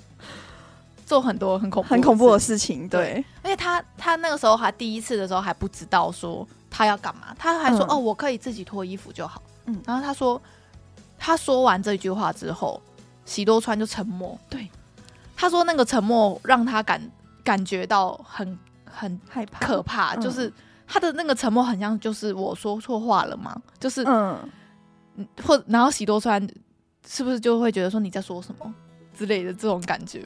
S1: 做很多很恐怖
S2: 很恐怖的
S1: 事，
S2: 事情，
S1: 对
S2: 对，
S1: 而且他他那个时候还第一次的时候还不知道说他要干嘛，他还说、
S2: 嗯
S1: 哦我可以自己脱衣服就好，
S2: 嗯
S1: 嗯，然后他说他说完这句话之后，喜多川就沉默，
S2: 对，
S1: 他说那个沉默让他感感觉到很很
S2: 害怕，
S1: 可怕，
S2: 嗯
S1: 就是他的那个沉默很像就是我说错话了吗？就是
S2: 嗯，
S1: 或然后喜多川是不是就会觉得说你在说什么之类的这种感觉？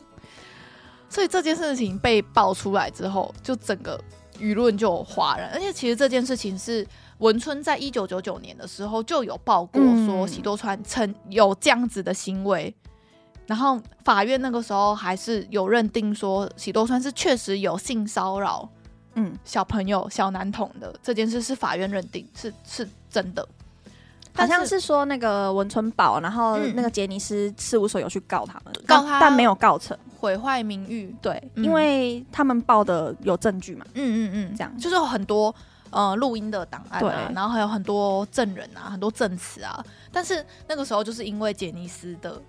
S1: 所以这件事情被爆出来之后，就整个舆论就有哗然。而且其实这件事情是文春在一九九九年的时候就有报过，说
S2: 嗯
S1: 喜多川曾有这样子的行为。然后法院那个时候还是有认定说，喜多川是确实有性骚扰
S2: 嗯，
S1: 小朋友、小男童的这件事，是法院认定是是真的。
S2: 好
S1: 但
S2: 像是说那个文春宝，然后
S1: 嗯
S2: 那个杰尼斯事务所有去告他们，
S1: 告
S2: 但
S1: 他
S2: 但没有告成，
S1: 毁坏名誉
S2: 嗯对，
S1: 嗯
S2: 因为他们报的有证据嘛，
S1: 嗯嗯嗯，
S2: 这样
S1: 就是有很多呃录音的档案啊
S2: 对，
S1: 然后还有很多证人啊，很多证词啊。但是那个时候就是因为杰尼斯的，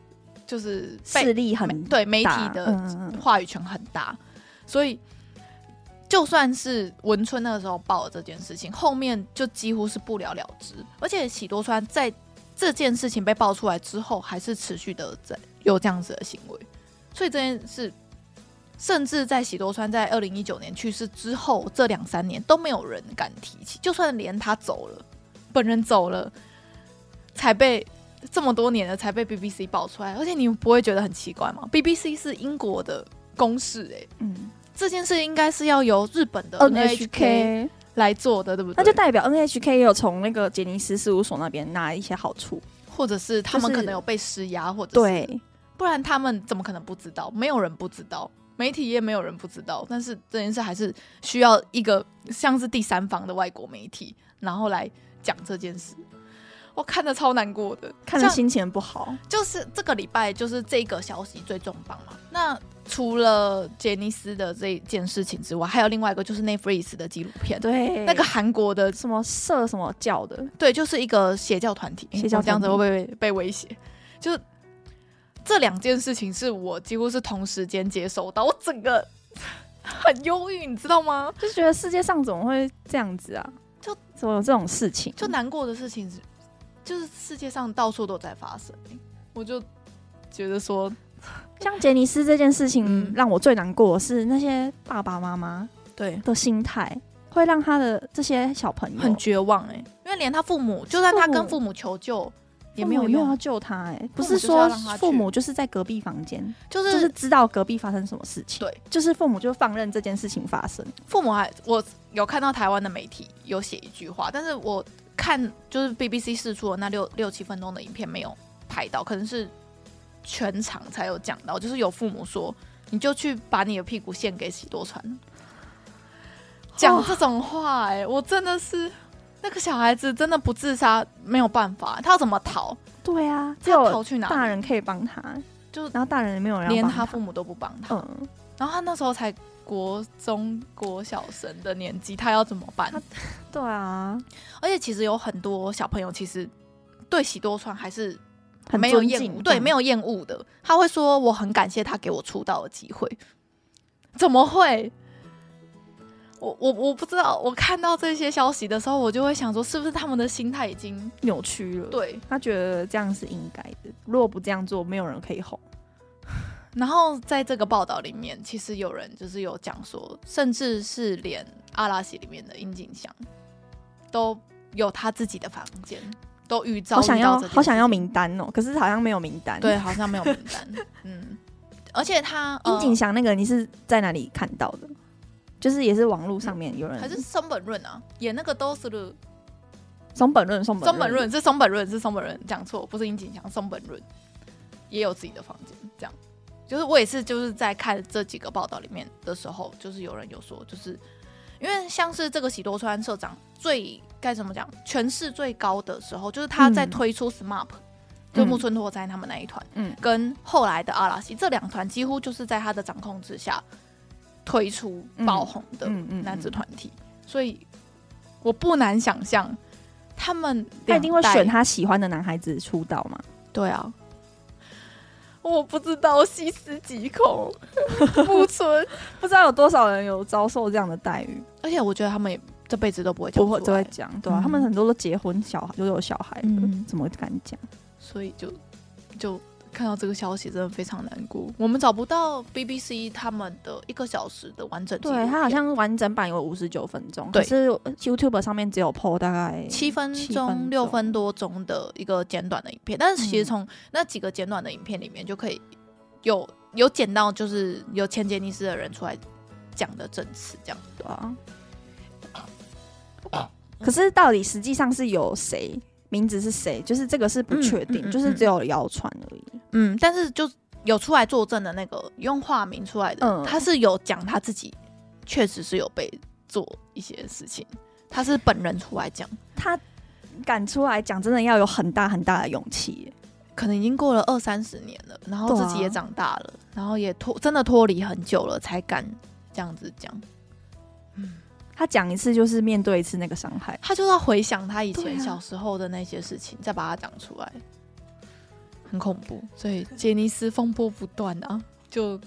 S1: 就是被
S2: 势力很
S1: 媒对媒体
S2: 大
S1: 的
S2: 嗯嗯
S1: 话语权很大，所以就算是文春那个时候报了这件事情，后面就几乎是不了了之。而且喜多川在这件事情被爆出来之后，还是持续的在有这样子的行为，所以这件事。甚至在喜多川在二零一九年去世之后，这两三年都没有人敢提起，就算连他走了，本人走了，才被这么多年了才被 BBC 爆出来，而且你不会觉得很奇怪吗？BBC 是英国的公式、欸，
S2: 嗯
S1: 这件事应该是要由日本
S2: 哦
S1: 的 NHK
S2: NHK，
S1: 来做的，对不对？
S2: 那就代表 NHK 也有从那个杰尼斯事务所那边拿一些好处，
S1: 或者是他们
S2: 就是
S1: 可能有被施压，或者是
S2: 对，
S1: 不然他们怎么可能不知道？没有人不知道，媒体业没有人不知道，但是这件事还是需要一个像是第三方的外国媒体，然后来讲这件事。我看的超难过的，
S2: 看
S1: 像
S2: 着心情不好。
S1: 就是这个礼拜就是这个消息最重磅嘛。那除了杰尼斯的这一件事情之外，还有另外一个就是 Netflix 的纪录片，
S2: 哎对，
S1: 那个韩国的，
S2: 什么社什么教的，
S1: 对，就是一个邪教团体，
S2: 邪教
S1: 我这样子
S2: 团
S1: 会
S2: 体
S1: 被被威胁，就是这两件事情是我几乎是同时间接收到，我整个很忧郁，你知道吗？
S2: 就觉得世界上怎么会这样子啊？
S1: 就
S2: 怎么有这种事情？
S1: 就难过的事情是，就是世界上到处都在发生，我就觉得说，
S2: 像杰尼斯这件事
S1: 嗯
S2: 情，让我最难过的是那些爸爸妈妈
S1: 对，
S2: 的心态，会让他的这些小朋友
S1: 很绝望哎、因为连他父母，就算他跟
S2: 父
S1: 父母求救也
S2: 父母
S1: 没有
S2: 没有要
S1: 用，
S2: 救他、哎，
S1: 父
S2: 不是
S1: 母就是要
S2: 说
S1: 让他去
S2: 父母就是在隔壁房间，
S1: 就
S2: 就是
S1: 是
S2: 知道隔壁发生什么事情，
S1: 对，
S2: 就是父母就放任这件事情发生，
S1: 父母还我有看到台湾的媒体有写一句话，但是我看就是 BBC 试出的那六六七分钟的影片没有拍到，可能是全场才有讲到，就是有父母说，你就去把你的屁股献给喜多川，讲这种话、哎，我真的是。那个小孩子真的不自杀没有办法，他要怎么逃？
S2: 对啊，只
S1: 他要
S2: 有
S1: 逃去哪里？
S2: 大人可以帮他，
S1: 就
S2: 然后大人也没有人要
S1: 连
S2: 帮
S1: 他父母都不帮他。
S2: 嗯，
S1: 然后他那时候才国中国小生的年纪，他要怎么办
S2: 他？对啊，
S1: 而且其实有很多小朋友其实对喜多川还是
S2: 很
S1: 没有
S2: 尊
S1: 厌
S2: 敬
S1: 恶，对，没有厌恶的。他会说：“我很感谢他给我出道的机会。”怎么会？我我我不知道。我看到这些消息的时候，我就会想说，是不是他们的心态已经
S2: 扭曲了，，
S1: 对？
S2: 他觉得这样是应该的，如果不这样做，没有人可以哄。
S1: 然后在这个报道里面，其实有人就是有讲说，甚至是连阿拉西里面的樱井香都有他自己的房间，都预兆
S2: 好想
S1: 遇到
S2: 要
S1: 这件
S2: 好想要
S1: 事情
S2: 名单哦，可是好像没有名单。
S1: 对，，嗯好像没有名单，嗯，而且他呃
S2: 樱井
S1: 香、
S2: 翔那个你是在哪里看到的？就是也是网络上面有人，
S1: 还是松本润啊，演那个都是的
S2: 松本润，松本
S1: 松本润是松本润是松本润，讲错不是樱井香，松本润也有自己的房间，这样就是我也是就是在看这几个报道里面的时候，就是有人有说，就是因为像是这个喜多川社长最该怎么讲，权势最高的时候，就是他在
S2: 嗯
S1: 推出 SMAP，、就木
S2: 嗯
S1: 村拓哉他们那一团，
S2: 嗯
S1: 跟后来的阿拉西这两团几乎就是在他的掌控之下推出爆红的
S2: 嗯嗯嗯
S1: 男子团体，所以我不难想象他们
S2: 他一定会
S1: 两代
S2: 选他喜欢的男孩子出道嘛？
S1: 对啊，我不知道细思极恐， <laughs> 木村，
S2: 不知道有多少人有遭受这样的待遇，
S1: 而且我觉得他们也这辈子都不会讲
S2: 不会
S1: 出
S2: 都会
S1: 来
S2: 讲，对啊，
S1: 嗯
S2: 他们很多都结婚，小孩又有小孩了
S1: 嗯，
S2: 怎么敢讲？
S1: 所以就就看到这个消息真的非常难过。我们找不到 BBC 他们的一个小时的完整纪录
S2: 对
S1: 片，
S2: 他好像完整版有五十九分钟，
S1: 对
S2: 可是 YouTube 上面只有 PO 大概
S1: 七分
S2: 七分
S1: 钟、
S2: 钟嗯
S1: 六分多钟的一个简短的影片，但是其实从那几个简短的影片里面就可以有有捡到，就是有前杰尼斯的人出来讲的证词，这样
S2: 对啊。可是到底实际上是有谁名字是谁，就是这个是不确定，
S1: 嗯嗯嗯
S2: 就是只有谣传而已。
S1: 嗯，但是就有出来作证的那个用化名出来的，
S2: 嗯
S1: 他是有讲他自己确实是有被做一些事情，他是本人出来讲，
S2: 他敢出来讲，真的要有很大很大的勇气耶。
S1: 可能已经过了二三十年了，然后
S2: 对
S1: 自
S2: 啊
S1: 己也长大了，然后也脱真的脱离很久了，才敢这样子讲。
S2: 他讲一次就是面对一次那个伤害，
S1: 他就是要回想他以
S2: 对
S1: 前
S2: 啊
S1: 小时候的那些事情，再把它讲出来，很恐怖。所以杰尼斯风波不断啊，就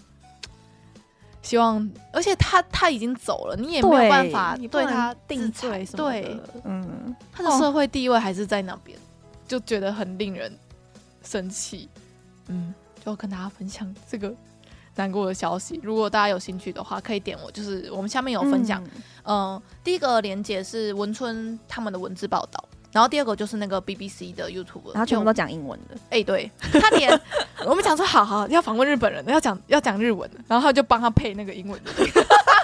S1: 希望，而且他他已经走了，你也没有办法
S2: 你不
S1: 对
S2: 能
S1: 他
S2: 定
S1: 制
S2: 罪
S1: 裁
S2: 什么的
S1: 对，
S2: 嗯，
S1: 他的社会地位还是在那边，就觉得很令人生气。嗯，就跟大家分享这个难过的消息。如果大家有兴趣的话，可以点我，就是我们下面有分享。
S2: 嗯
S1: 嗯，第一个连接是文春他们的文字报道，然后第二个就是那个 BBC 的 YouTube，
S2: 然后全部
S1: 就
S2: 都讲英文的，<laughs>
S1: 哎、对他连我们讲说好好要访问日本人，要讲要讲日文的，然后他就帮他配那个
S2: <laughs>
S1: 英文的， <laughs>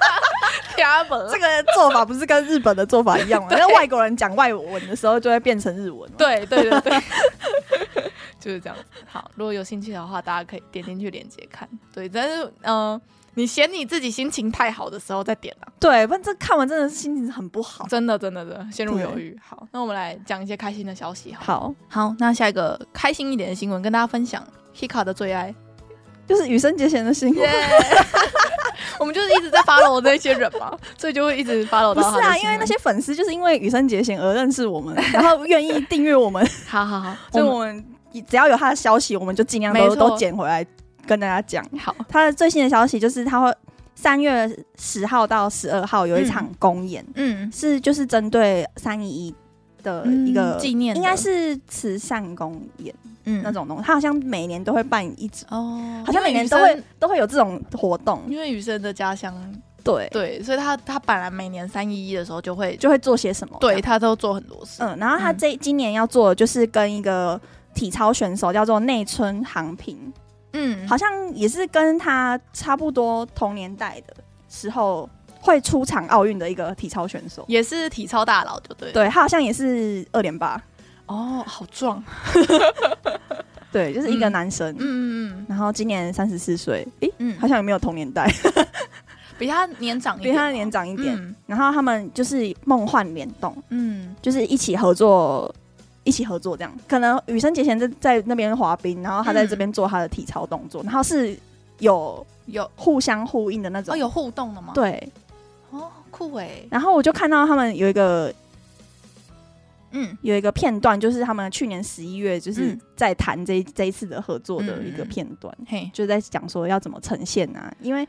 S1: 天本
S2: 这个做法不是跟日本的做法一样吗？那外国人讲外文的时候就会变成日文嘛。
S1: 对对
S2: <laughs>
S1: 对对，就是这样子。好，如果有兴趣的话，大家可以点进去链接看。对，但是嗯、呃你嫌你自己心情太好的时候再点啊，
S2: 对，不然这看完真的心情很不好。
S1: 真的真的真的陷入犹豫。好，那我们来讲一些开心的消息好了。
S2: 好，
S1: 好，那下一个开心一点的新闻跟大家分享，Hika 的最爱，
S2: 就是羽生结弦的新闻。
S1: 耶、 <laughs> 我们就是一直在 follow 那些人
S2: <laughs>
S1: 嘛，所以就会一直 follow
S2: <laughs> 不
S1: 到
S2: 是
S1: 他的
S2: 啊，
S1: 新
S2: 因为那
S1: 闻
S2: 些粉丝就是因为羽生结弦而认识我 <laughs> 们，然后愿意订阅我们，
S1: 好好好，
S2: 所以
S1: 我
S2: <laughs> 我们只要有他的消息，我们就尽量
S1: 没
S2: 都
S1: 错
S2: 都捡回来跟大家讲。
S1: 们好
S2: 他的最新的消息就是他会三月十号到十二号有一场公演，
S1: 嗯
S2: 是就是针对三一一的一个
S1: 嗯纪念的
S2: 应该是慈善公演
S1: 嗯
S2: 那种东西。他好像每年都会办一次，
S1: 哦，
S2: 好像每年都会都会有这种活动，
S1: 因为雨生的家乡
S2: 对，
S1: 对，所以他他本来每年三一一的时候就会就
S2: 就会做些什么。
S1: 对，他都做很多事，
S2: 嗯，然后他
S1: 嗯
S2: 这今年要做的就是跟一个体操选手叫做内村航平，
S1: 嗯
S2: 好像也是跟他差不多同年代的时候会出场奥运的一个体操选手。
S1: 也是体操大佬，就对了
S2: 对他好像也是二点八，
S1: 哦，好壮，
S2: 对，就是一个
S1: 嗯
S2: 男生。
S1: 嗯嗯
S2: 然后今年三十四岁，诶，
S1: 嗯
S2: 好
S1: 嗯，
S2: 像也没有同年代，
S1: 比他年长一
S2: 比
S1: 点，
S2: 他年长一点。
S1: 嗯
S2: 然后他们就是梦幻联动，
S1: 嗯
S2: 就是一起合作，一起合作这样。可能羽生结弦在在那边滑冰，然后他在这边做他的体操动作，然后是有
S1: 有
S2: 互相呼应的那种。
S1: 哦有互动的吗？
S2: 对，
S1: 哦，酷哎，
S2: 然后我就看到他们有一个
S1: 嗯
S2: 有一个片段，就是他们去年十一月就是
S1: 嗯
S2: 在谈这一这一次的合作的一个
S1: 嗯嗯嗯
S2: 片段，
S1: 嘿，
S2: 就在讲说要怎么呈现啊，因为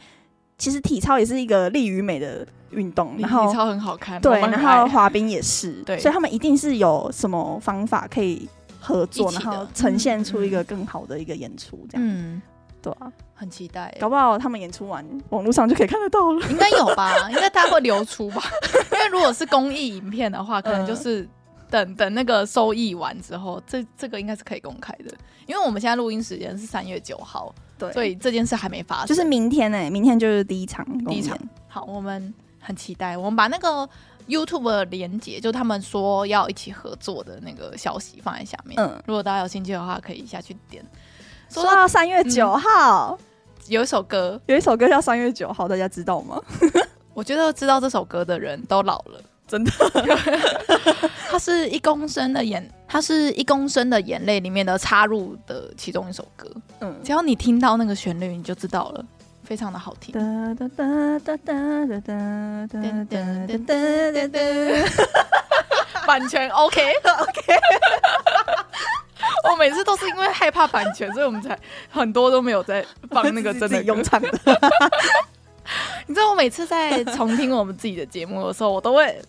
S2: 其实体操也是一个利于美的运动，
S1: 你
S2: 然后
S1: 体操很好看，
S2: 对，
S1: 我们
S2: 然
S1: 很
S2: 后
S1: 爱
S2: 滑冰也是，
S1: <laughs> 对
S2: 所以他们一定是有什么方法可以合作，
S1: 一
S2: 然
S1: 起的
S2: 后呈现出一个更好的一个演出，这样、
S1: 嗯，
S2: 对啊，
S1: 很期待欸，
S2: 搞不好他们演出完，网络上就可以看得到
S1: <laughs>
S2: 了。
S1: 应该有
S2: <laughs>
S1: 吧？应该大家会流出吧？ <laughs> 因为如果是公益影片的话，可
S2: 嗯
S1: 能就是等等那个收益完之后，这这个应该是可以公开的。因为我们现在录音时间是三月九号，
S2: 对，
S1: 所以这件事还没发
S2: <laughs>
S1: 生。
S2: 就是明天呢、明天就是第一场
S1: 第一场好，我们很期待，我们把那个 YouTube 的连接，就他们说要一起合作的那个消息放在下面。
S2: 嗯
S1: 如果大家有兴趣的话，可以下去点。
S2: 说
S1: 说到
S2: 到三月
S1: 嗯
S2: 九号、
S1: 有一首歌，
S2: 有一首歌叫《三月九号》，大家知道吗？
S1: 我觉得知道这首歌的人都老了， <laughs>
S2: 真的。
S1: 它是一公升的眼，它是一公升的眼泪里面的插入的其中一首歌。
S2: 嗯
S1: <laughs> 只要你听到那个旋律，你就知道了，非常的好
S2: <laughs>
S1: 听。
S2: 哒哒哒哒哒哒哒哒哒哒哒哒哒。
S1: 版权 OK OK。我每次都是因为害怕版权，所以我们才很多都没有在放那个真
S2: <laughs> 自
S1: 的
S2: 己
S1: 歌
S2: 用。
S1: <laughs>
S2: 唱的，
S1: 你知道我每次在重听我们自己的节目的时候，我都会，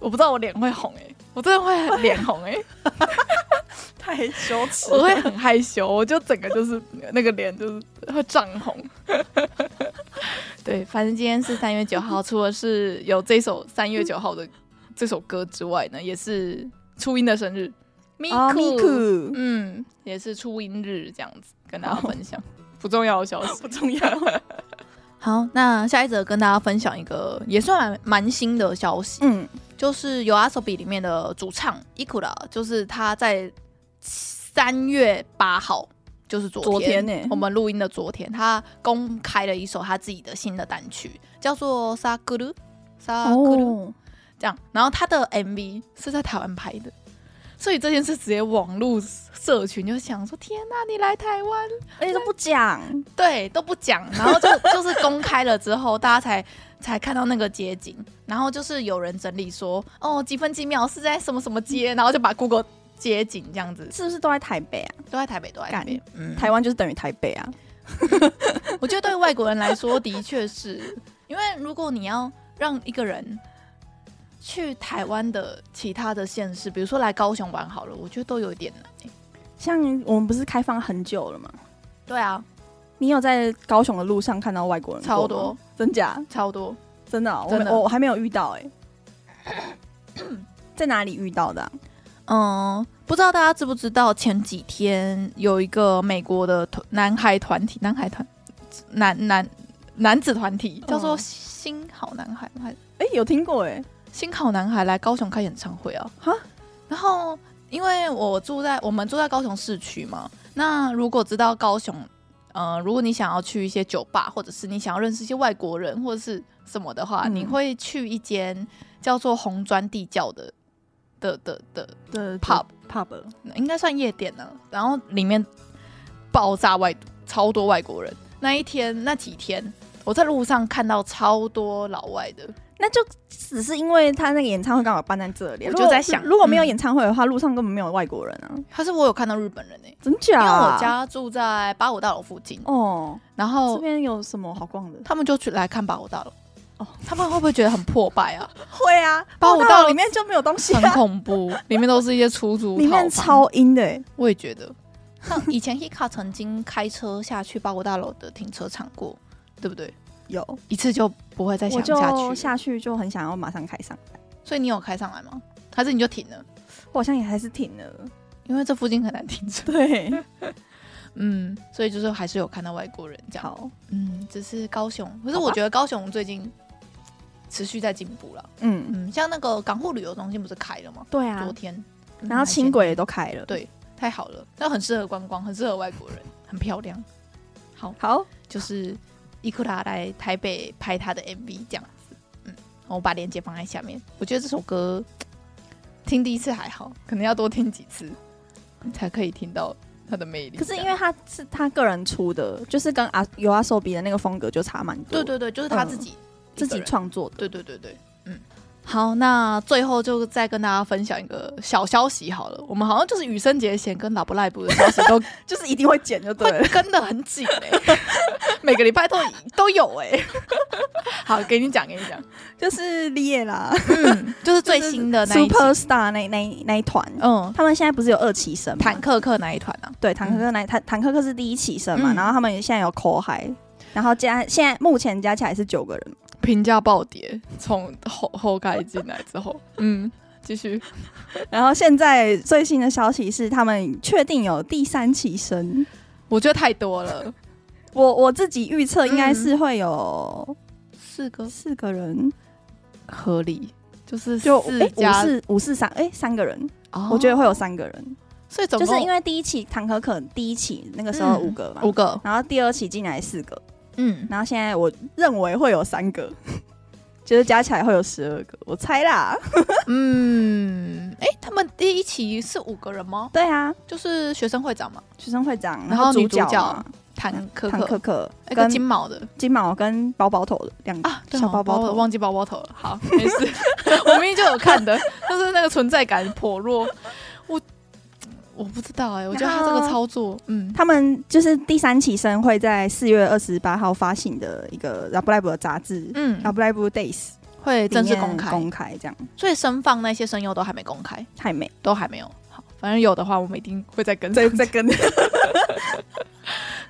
S1: 我不知道我脸会红哎、我真的会脸红哎、
S2: 太羞耻
S1: 我
S2: 了。
S1: 会很害羞，我就整个就是那个脸就是会涨红。 <laughs> 对，反正今天是三月九号，除了是有这首三月九号的这首歌之外呢，也是初音的生日
S2: 啊
S1: ，Miku，
S2: ，Miku，
S1: 嗯，也是初音日这样子跟大家分享哦不嗯重要的消息。
S2: 不重要。
S1: 好，那下一则跟大家分享一个也算蛮蛮新的消息，
S2: 嗯，
S1: 就是《有阿 b 比》里面的主唱 Ikura，就是他在三月八号，就是昨天
S2: 昨天欸
S1: 我们录音的昨天，他公开了一首他自己的新的单曲，叫做《Sakuru》。Sakuru、
S2: 哦，
S1: 这样，然后他的 MV 是在台湾拍的，所以这件事直接网络社群就想说：天呐、你来台湾，
S2: 而且都不讲，
S1: 对，都不讲，然后就 <laughs> 就是公开了之后，大家才才看到那个街景，然后就是有人整理说，哦，几分几秒是在什么什么街，然后就把 Google 街景这样子，
S2: 是不是都在台北啊？
S1: 都在台北，都在台北。嗯，
S2: 台湾就是等于台北啊。
S1: 我觉得对外国人来说，的确是因为如果你要让一个人去台湾的其他的县市，比如说来高雄玩好了，我觉得都有一点难欸、
S2: 像我们不是开放很久了吗？
S1: 对啊，
S2: 你有在高雄的路上看到外国人？
S1: 超多，
S2: 真假？
S1: 超多。
S2: 真的哦，我
S1: 真
S2: 没
S1: 的
S2: 我我还没有遇到 <coughs> 哎。在哪里遇到的啊？
S1: 嗯，不知道大家知不知道，前几天有一个美国的团男孩团体，男孩团男男男子团体叫做
S2: 嗯
S1: 新好男孩，还
S2: 哎，有听过哎。
S1: 新好男孩来高雄开演唱会啊。
S2: 哈，
S1: 然后因为我住在我们住在高雄市区嘛，那如果知道高雄呃，如果你想要去一些酒吧，或者是你想要认识一些外国人或者是什么的话，
S2: 嗯
S1: 你会去一间叫做红砖地窖的的的的，
S2: 的
S1: Pub
S2: pub，
S1: 应该算夜店呢、然后里面爆炸外超多外国人。那一天那几天，我在路上看到超多老外的，
S2: 那就只是因为他那个演唱会刚好办在这里。
S1: 我
S2: 如
S1: 就
S2: 果
S1: 在想
S2: 如果没有
S1: 嗯
S2: 演唱会的话，路上根本没有外国人啊，
S1: 可是我有看到日本人呢、欸
S2: 真假
S1: 因
S2: 啊？
S1: 为我家住在八五大楼附近，
S2: 哦，
S1: 然
S2: 这
S1: 后
S2: 边有什么好逛的？
S1: 他们就去来看八五大楼。
S2: 哦
S1: 哦，他们会不会觉得很破败 <laughs> 啊？
S2: 会啊，
S1: 八五道
S2: 里面就没有东西
S1: 很
S2: 啊，
S1: 恐怖，里面都是一些出租套
S2: 里面
S1: 房
S2: 超阴的欸，
S1: 我也觉得。像以前 Hika 曾经开车下去八国大楼的停车场过，对不对？
S2: 有
S1: 一次就不会再
S2: 我
S1: 想下去
S2: 就
S1: 了，
S2: 下去就很想要马上开上来，
S1: 所以你有开上来吗？还是你就停了？
S2: 我好像也还是挺
S1: <laughs>
S2: 了。
S1: 因为这附近很难停车。
S2: 对，
S1: 嗯，所以就是还是有看到外国人这样。
S2: 好，
S1: 嗯，只是高雄，可是
S2: 好吧
S1: 我觉得高雄最近持续在进步了。
S2: 嗯，
S1: 嗯，像那个港沪旅游中心不是开了吗？
S2: 对
S1: 昨
S2: 啊，
S1: 天，嗯
S2: 然后轻轨也都开了，
S1: 对太好了，那很适合观光，很适合外国人，很漂亮。好，
S2: 好，
S1: 就是伊库拉来台北拍他的 MV 这样子。嗯，我把链接放在下面。我觉得这首歌听第一次还好，可能要多听几次才可以听到它的魅力。
S2: 可是因
S1: 这
S2: 为
S1: 样
S2: 他是他个人出的，就是跟阿有阿寿比的那个风格就差蛮多，
S1: 对，对对，就是他自己、
S2: 自己。创作的，
S1: 嗯对对对对，嗯。好，那最后就再跟大家分享一个小消息好了。我们好像就是羽生结弦跟老布赖布的消息
S2: <laughs>
S1: 都
S2: 就是一定会剪就对了
S1: 会。跟的很紧哎、每个礼拜都都有哎、好，给你讲，给你讲，
S2: <laughs> 就是立业啦
S1: 嗯，就是最新的那一集
S2: ，Super Star 那那一那一团，
S1: 嗯，
S2: 他们现在不是有二期生吗
S1: 坦克克那一团啊，
S2: 对，坦克克那坦坦克克是第一起生嘛，
S1: 嗯
S2: 然后他们现在有口海，然后加现在目前加起来是九个人，
S1: 评价暴跌，从后后盖进来之后，嗯，继续，
S2: 然后现在最新的消息是他们确定有第三期生，
S1: 我觉得太多了，
S2: 我我自己预测应该是会有
S1: 四个
S2: 四个人，
S1: 合理，就是
S2: 就
S1: 嗯四
S2: 诶五
S1: 加，
S2: 四五四三哎三个人，
S1: 哦
S2: 我觉得会有三个人，
S1: 所以总
S2: 就
S1: 共
S2: 是因为第一期坦克克第一期那个时候
S1: 嗯
S2: 五个嘛，
S1: 五个，
S2: 然后第二期进来四个，
S1: 嗯，
S2: 然后现在我认为会有三个， <laughs> 就是加起来会有十二个，我猜啦，
S1: 嗯，哎，他们第一期是五个人吗？
S2: 对啊。
S1: 就是学生会长嘛，
S2: 学生会长，
S1: 然后
S2: 主
S1: 女主角
S2: 嘛
S1: 坦克
S2: 唐可
S1: 克，
S2: 可
S1: 那个
S2: 跟
S1: 金毛的，
S2: 金毛跟包包头的两个
S1: 啊，对
S2: 小
S1: 哦
S2: 包包
S1: 我
S2: 头，
S1: 忘记包包头了。好，没事， <laughs> 我明明就有看的，但是那个存在感颇弱。我我不知道哎、我觉得他这个操作，嗯，
S2: 他们就是第三期生会在四月二十八号发行的一个《Love Live》的杂志，《
S1: 嗯
S2: Love Live Days》
S1: 会 <laughs> 正式
S2: 里面
S1: 公开，
S2: 公开这样
S1: 所以声放那些声优都还没公开，
S2: 太
S1: <laughs>
S2: 美，
S1: 都还没有。好，反正有的话，我们一定会再跟。
S2: 再再 <laughs> 跟
S1: <laughs>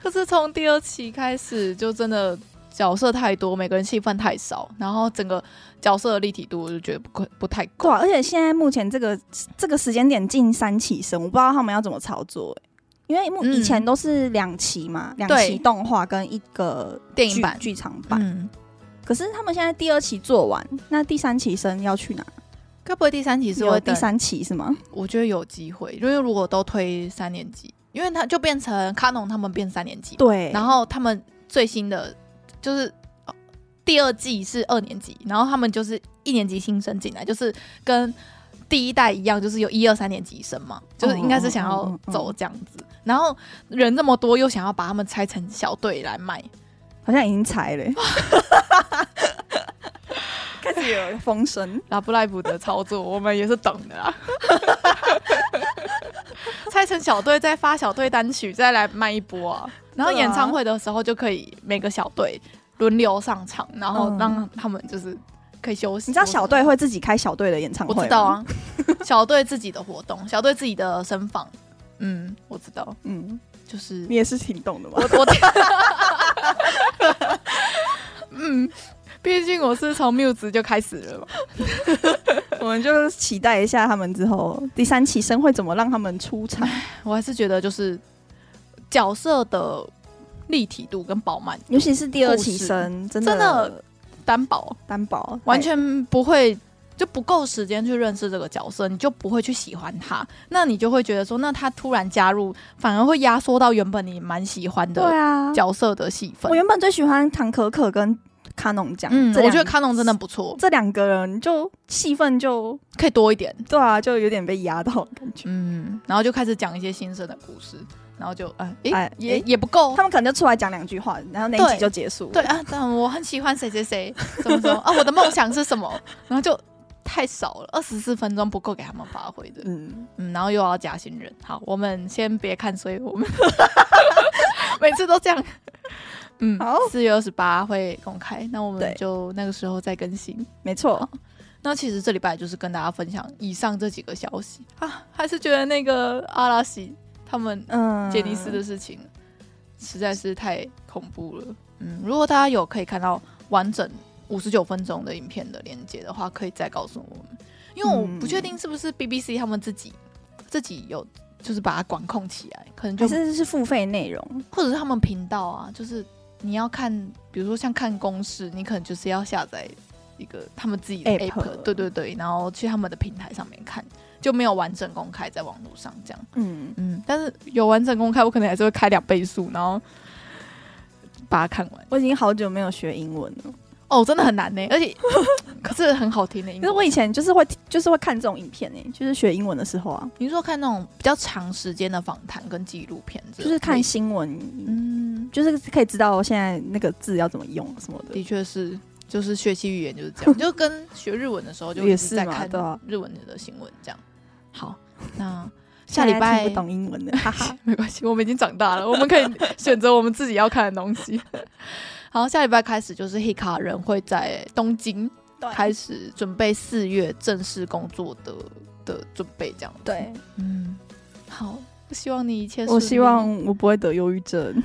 S1: 可是从第二期开始，就真的角色太多，每个人戏份太少，然后整个角色的立体度，我就觉得不够不太
S2: 对
S1: 够
S2: 啊、。而且现在目前这个这个时间点进三期生，我不知道他们要怎么操作、欸因为目
S1: 嗯
S2: 以前都是两期嘛，两
S1: 对
S2: 期动画跟一个
S1: 电
S2: 剧
S1: 影版，
S2: 剧场版。
S1: 嗯，
S2: 可是他们现在第二期做完，那第三期生要去哪？
S1: 该不会第三期是
S2: 有
S1: 会
S2: 第
S1: 等
S2: 三期是吗？
S1: 我觉得有机会，因为如果都推三年级，因为他就变成卡农他们变三年级，
S2: 对，
S1: 然后他们最新的就是呃第二季是二年级，然后他们就是一年级新生进来，就是跟第一代一样，就是有一二三年级生嘛，就是应该是
S2: 嗯
S1: 想
S2: 嗯嗯
S1: 要
S2: 嗯
S1: 走这样子，然后人这么多，又想要把他们拆成小队来卖，
S2: 好像已经裁了、欸， <laughs> 开始有风声。
S1: 拉布赖普的
S2: <laughs>
S1: 操作，我们也是懂的啦。 <laughs> 拆成小队，再发小队单曲，再来卖一波啊。然后
S2: 对啊
S1: 演唱会的时候就可以每个小队轮流上场，然后
S2: 嗯
S1: 让他们就是可以休息。
S2: 你知道小队会自己开小队的演唱
S1: 我
S2: 会？
S1: 知
S2: <laughs>
S1: 道，啊，小队自己的活动，小队自己的声访。嗯，我知道，
S2: 嗯， <laughs>
S1: 就是
S2: 你也是挺懂的嘛
S1: 我。我， <laughs> 嗯，毕竟我是从 Muse 就开始了嘛。
S2: 我们就期待一下他们之后第三期生会怎么让他们出 <laughs> 场。
S1: 我还是觉得就是角色的立体度跟饱满
S2: 尤其是第二期生，真的
S1: 真的担保，
S2: 担保
S1: 完全不会就不够时间去认识这个角色，你就不会去喜欢他，那你就会觉得说，那他突然加入，反而会压缩到原本你蛮喜欢
S2: 对
S1: 的
S2: 啊，
S1: 角色的戏份
S2: 我。原本最喜欢唐可可跟卡农酱，
S1: 嗯，
S2: 这
S1: 我
S2: 两
S1: 觉得卡农真的不错，
S2: 这两个人就戏份就
S1: 可以多一点。
S2: 对啊，就有点被压到的感觉。
S1: 嗯，然后就开始讲一些新生的故事，然后就哎，诶
S2: 哎
S1: 也
S2: 诶
S1: 也不够
S2: 他。们可能就出来讲两句话，然后那一
S1: 对
S2: 集就结束。
S1: 对，啊，但我很喜欢谁谁谁，怎么怎么啊，我的梦想是什么？然后就太少了，二十四分钟不够给他们发挥的。
S2: 嗯，
S1: 嗯，然后又要加新人。好，我们先别看所以我们 <laughs> 每次都这样。嗯，
S2: 好
S1: 四月二十八会公开，那我
S2: 对
S1: 们就那个时候再更新。
S2: 没错，
S1: 那其实这礼拜就是跟大家分享以上这几个消息啊，还是觉得那个阿拉西他们
S2: 嗯，
S1: 杰尼斯的事情实在是太恐怖了。嗯，如果大家有可以看到完整五十九分钟的影片的连接的话，可以再告诉我们，因为我不确定是不是 BBC 他们自己自己有就是把它管控起来，可能就
S2: 还是是付费内容，
S1: 或者是他们频道啊，就是你要看，比如说像看公式，你可能就是要下载一个他们自己的
S2: App
S1: app，对对对，然后去他们的平台上面看，就没有完整公开在网络上这样。
S2: 嗯，
S1: 嗯，但是有完整公开，我可能还是会开两倍速，然后把它看完。
S2: 我已经好久没有学英文了，
S1: 哦，真的很 <laughs> 难呢、而且可是很好听的英
S2: 可是
S1: 文。
S2: 我以前就是会就是会看这种影片呢、就是学英文的时候啊，
S1: 你说看那种比较长时间的访谈跟纪录片
S2: 就
S1: 这种类型，
S2: 是看新闻，
S1: 嗯，
S2: 就是可以知道现在那个字要怎么用什么的。
S1: 的确是，就是学习语言就是 <laughs> 这样，就跟学日文的时候就
S2: 也
S1: 一直
S2: 是
S1: 在
S2: 嘛
S1: 看
S2: 对啊
S1: 日文的新闻这样。好， <laughs> 那下礼
S2: 现在
S1: 拜。
S2: 听不懂英文的，哈哈 <laughs>
S1: 没关 <laughs> 系，我们已经长大了，我们可以选择我们自己要看的东西。好，下礼拜开始就是 Hika 人会在东京开始准备四月正式工作的的准备，这样。
S2: 对，
S1: 嗯，好，希望你一切顺
S2: 我
S1: 利。
S2: 希望我不会得忧郁症，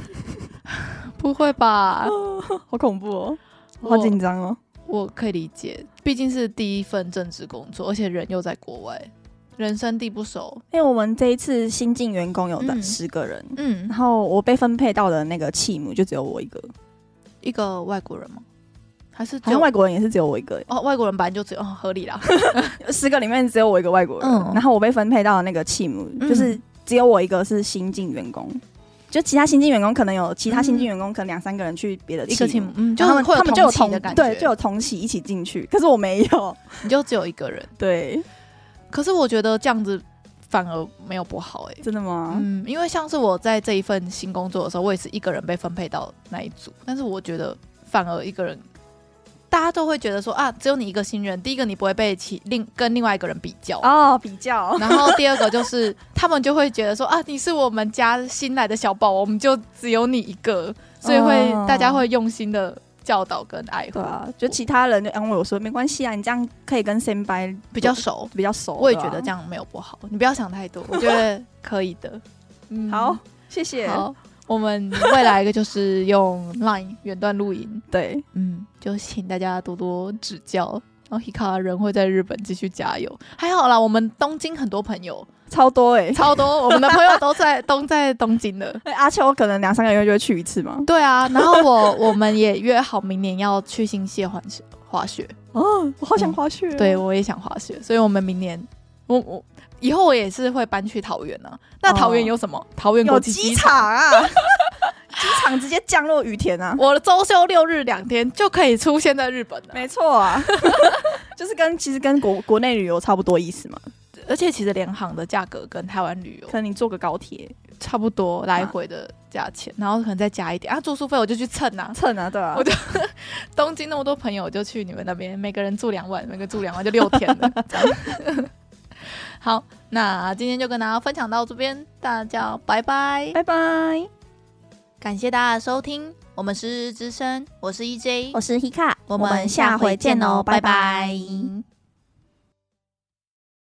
S1: 不会吧？
S2: 哦好恐怖哦，
S1: 我
S2: 好紧张哦。
S1: 我可以理解，毕竟是第一份正职工作，而且人又在国外，人生地不熟。
S2: 因为我们这一次新进员工有
S1: 嗯
S2: 的十个人，
S1: 嗯
S2: 然，后我被分配到的那个气母就只有我一个，
S1: 一个外国人吗？还是
S2: 好
S1: 只有
S2: 像外国人也是只有我一个，
S1: 哦，外国人本来就只有、哦、合理啦。
S2: 十个里面只有我一个外国人。
S1: 嗯
S2: 然后我被分配到的那个气母，
S1: 嗯
S2: 就是只有我一个是新进员工，就其他新进员工可能有其他新进员工可能两三个人去别的
S1: 一个
S2: 气
S1: team，
S2: 母。
S1: 嗯，就
S2: 然后
S1: 是
S2: 他们
S1: 会
S2: 他们就有
S1: 同期
S2: 同
S1: 的感觉，
S2: 对，就有同期一起进去，可是我没有。 <laughs>
S1: 你就只有一个人。
S2: 对，
S1: 可是我觉得这样子反而没有不好哎、
S2: 真的吗？
S1: 嗯，因为像是我在这一份新工作的时候，我也是一个人被分配到那一组，但是我觉得反而一个人，大家都会觉得说啊，只有你一个新人，第一个你不会被其另跟另外一个人比较，
S2: 哦，比较
S1: 然后第二个就是他们就会觉得说啊，你是我们家新来的小宝，我们就只有你一个，所以会、
S2: 哦
S1: 大家会用心的教导跟爱护
S2: 对，啊，就其他人就安慰我说没关系啊，你这样可以跟 Sam 掰
S1: 比较熟。
S2: 比较熟。
S1: 我也
S2: 对
S1: 觉
S2: 啊
S1: 得这样没有不好，你不要想太多，我觉得可以的。嗯，
S2: <laughs> 好，谢谢。
S1: 好，我们未来一个就
S2: <laughs>
S1: 是用 Line 远端录音，
S2: 对，
S1: 嗯，就请大家多多指教。然后 Hika 人会在日本继续加油，还好啦，我们东京很多朋友，
S2: 超多哎、 <laughs>
S1: 超多，我们的朋友都在都在东京的。
S2: 欸。阿秋可能两三个月就会去一次嘛。
S1: 对啊，然后
S2: <laughs>
S1: 我我们也约好明年要去新泻滑雪滑雪，
S2: 哦，我好想滑雪、
S1: 对，我也想滑雪，所以我们明年我我以后我也是会搬去桃园啊。那桃园有什么？桃园
S2: 哦
S1: 国
S2: 有
S1: 际
S2: 机
S1: 机
S2: 场啊， <laughs> 机场直接降落雨田啊。
S1: 我的周休六日两天就可以出现在日本了，
S2: 没错啊， <laughs> 就是跟其实跟国国内旅游差不多意思嘛。
S1: 而且其实联航的价格跟台湾旅游
S2: 可能你坐个高铁
S1: 差不多来回的价钱，然后可能再加一点啊，住宿费我就去蹭啊。
S2: 蹭啊，对啊
S1: 我，东京那么多朋友，我就去你们那边，每个人住两晚，每个住两晚就六天了。这样 <laughs> 好，那今天就跟大家分享到这边，大家拜拜，
S2: 拜拜。
S1: 感谢大家的收听，我们是日日之声，我是 EJ，
S2: 是 Hika，
S1: 哦我们下回见哦，拜拜